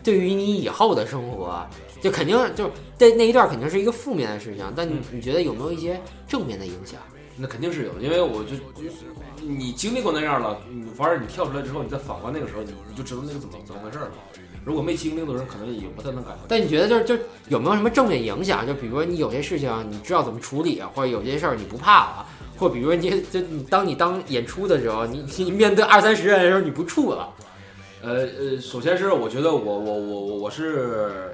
[SPEAKER 3] 对于你以后的生活，就肯定就那那一段肯定是一个负面的事情，但你
[SPEAKER 4] 嗯
[SPEAKER 3] 你觉得有没有一些正面的影响？
[SPEAKER 4] 那肯定是有的，因为我就你经历过那样了，你反而你跳出来之后，你再反观那个时候，你你就知道那个怎么怎么回事了。如果没经历的人，可能也不太能感受。
[SPEAKER 3] 但你觉得就是就有没有什么正面影响？就比如说你有些事情你知道怎么处理，或者有些事儿你不怕了，或者比如说你就你当你当演出的时候，你你面对二三十人的时候你不怵了
[SPEAKER 4] 呃呃，首先是我觉得我我我我我是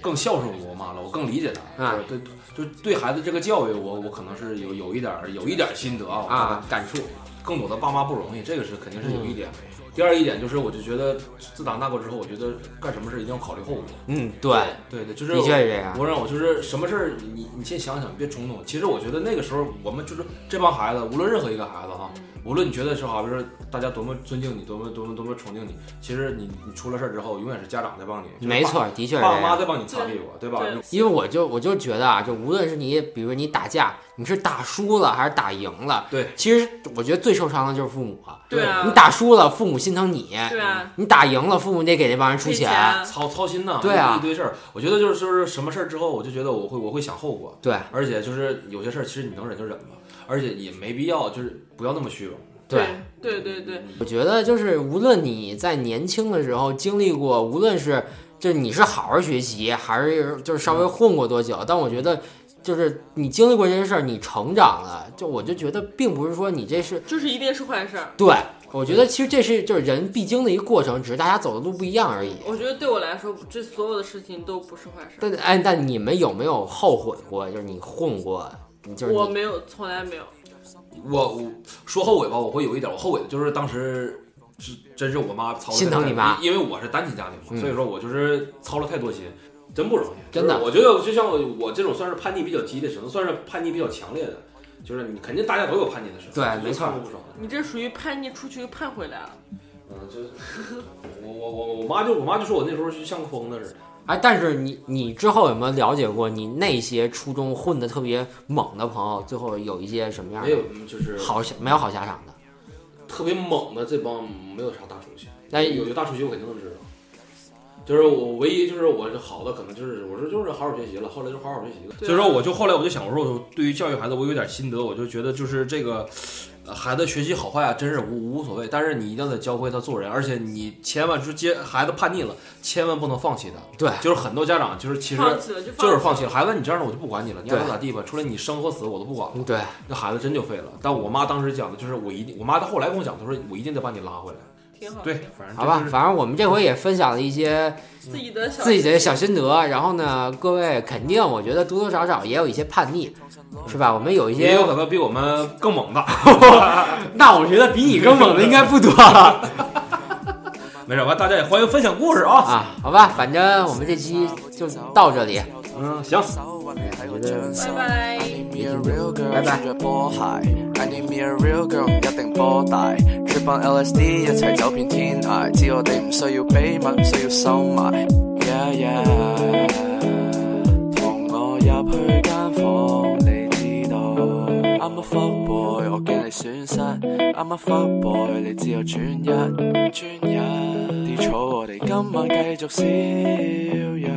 [SPEAKER 4] 更孝顺我妈了，我更理解她，
[SPEAKER 3] 啊
[SPEAKER 4] 就是对，就对孩子这个教育，我我可能是有有一点儿有一点儿心得啊，我觉得
[SPEAKER 3] 啊，嗯感触
[SPEAKER 4] 更懂得爸妈不容易，这个是肯定是有一点。第二一点就是，我就觉得自打那过之后，我觉得干什么事一定要考虑后果。
[SPEAKER 3] 嗯，对，
[SPEAKER 4] 对对，就是
[SPEAKER 3] 的确是这样
[SPEAKER 4] 我让我就是什么事儿，你你先想想，别冲动。其实我觉得那个时候，我们就是这帮孩子，无论任何一个孩子哈，无论你觉得是好，比如说大家多么尊敬你，多么多么多么崇敬你，其实你你出了事儿之后，永远是家长在帮你，就是
[SPEAKER 3] 没
[SPEAKER 4] 爸，
[SPEAKER 3] 错，的确是这
[SPEAKER 4] 爸妈
[SPEAKER 3] 样。
[SPEAKER 4] 在帮你擦屁股，啊对吧？
[SPEAKER 5] 对
[SPEAKER 4] 你
[SPEAKER 3] 因为我就我就觉得啊，就无论是你，比如说你打架，你是打输了还是打赢了，
[SPEAKER 4] 对，
[SPEAKER 3] 其实我觉得最受伤的就是父母啊。
[SPEAKER 5] 对啊
[SPEAKER 3] 你打输了，父母心疼你；
[SPEAKER 5] 对啊，
[SPEAKER 3] 你打赢了，父母得给那帮人嗯出
[SPEAKER 5] 赔
[SPEAKER 3] 钱。
[SPEAKER 5] 钱
[SPEAKER 4] 操操心呐，
[SPEAKER 3] 对啊
[SPEAKER 4] 一堆事儿。我觉得就是就是什么事儿之后，我就觉得我会我会想后果，
[SPEAKER 3] 对
[SPEAKER 4] 而且就是有些事儿，其实你能忍就忍吧，而且也没必要就是不要那么虚荣。
[SPEAKER 3] 对，
[SPEAKER 5] 对对对，
[SPEAKER 3] 我觉得就是无论你在年轻的时候经历过，无论是就你是好好学习，还是就是
[SPEAKER 5] 嗯
[SPEAKER 3] 稍微混过多久，但我觉得就是你经历过这些事儿，你成长了，就我就觉得并不是说你这是
[SPEAKER 5] 就是一定是坏事儿。
[SPEAKER 3] 对，我觉得其实这是就是人必经的一个过程，只是大家走的路不一样而已。
[SPEAKER 5] 我觉得对我来说，这所有的事情都不是坏事儿。
[SPEAKER 3] 但哎，但你们有没有后悔过？就是你混过，你就是
[SPEAKER 5] 我
[SPEAKER 3] 你
[SPEAKER 5] 没有，从来没有。
[SPEAKER 4] 我我说后悔吧，我会有一点，我后悔的就是当时是真是我妈操了
[SPEAKER 3] 心疼你妈
[SPEAKER 4] 因为我是单亲家庭嘛，
[SPEAKER 3] 嗯
[SPEAKER 4] 所以说我就是操了太多心，真不容易，
[SPEAKER 3] 真的
[SPEAKER 4] 就是我觉得就像我我这种算是叛逆比较激烈，只能算是叛逆比较强烈的，就是你肯定大家都有叛逆的时候，
[SPEAKER 3] 对
[SPEAKER 4] 就是
[SPEAKER 3] 没错
[SPEAKER 4] 看不爽的。
[SPEAKER 5] 你这属于叛逆出去又叛回来了，
[SPEAKER 4] 嗯，就是我我我我妈就我妈就说我那时候就像个疯子似的，
[SPEAKER 3] 哎，但是你你之后有没有了解过你那些初中混的特别猛的朋友，最后有一些什么样
[SPEAKER 4] 没
[SPEAKER 3] 的
[SPEAKER 4] 有就是
[SPEAKER 3] 好下没有好下场的？
[SPEAKER 4] 特别猛的这帮没有啥大出息。
[SPEAKER 3] 那
[SPEAKER 4] 有些大数据我肯定能知道。就是我唯一就是我好的可能就是我说就是好好学习了，后来就好好学习了。
[SPEAKER 5] 对啊
[SPEAKER 4] 所以说我就后来我就想我说我对于教育孩子我有点心得，我就觉得就是这个呃孩子学习好坏啊，真是无无所谓，但是你一定得教会他做人，而且你千万是接孩子叛逆了，千万不能放弃他。
[SPEAKER 3] 对
[SPEAKER 4] 就是很多家长就是其实
[SPEAKER 5] 放弃了就
[SPEAKER 4] 就是
[SPEAKER 5] 放
[SPEAKER 4] 放弃了，孩子你这样的我就不管你了，你爱咋咋地吧，除了你生和死我都不管了。
[SPEAKER 3] 嗯对，
[SPEAKER 4] 那孩子真就废了。但我妈当时讲的就是我一定，我妈她后来跟我讲，她说我一定得把你拉回来。
[SPEAKER 5] 挺好。
[SPEAKER 4] 对，反正这
[SPEAKER 3] 好吧
[SPEAKER 4] 就，是
[SPEAKER 3] 反正我们这回也分享了一些
[SPEAKER 5] 自己的小
[SPEAKER 3] 自己的小心得，然后呢，各位肯定我觉得多多少少也有一些叛逆，是吧？我们有一
[SPEAKER 4] 也
[SPEAKER 3] 些
[SPEAKER 4] 有，可能比我们更 猛的。
[SPEAKER 3] 那我觉得比你更猛的应该不多
[SPEAKER 4] 没事吧，大家也欢迎分享故事啊。
[SPEAKER 3] 啊，好吧，反正我们这期就到这里。
[SPEAKER 4] 嗯，行。
[SPEAKER 5] 拜拜。
[SPEAKER 6] me a real girl，
[SPEAKER 3] 拜拜
[SPEAKER 6] 穿着波鞋。I need me a real girl，一定波大。trip on LSD，一齊走遍天涯。知我哋唔需要秘密，唔需要收埋。Yeah yeah，同我入去間房，你知道。I'm a fuck boy，我驚你損失。I'm a fuck boy，你只有專一，專一。啲草我哋今晚繼續燒呀。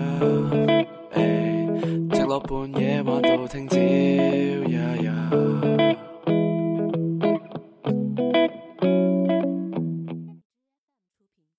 [SPEAKER 6] 直落半夜玩到聽朝，呀呀。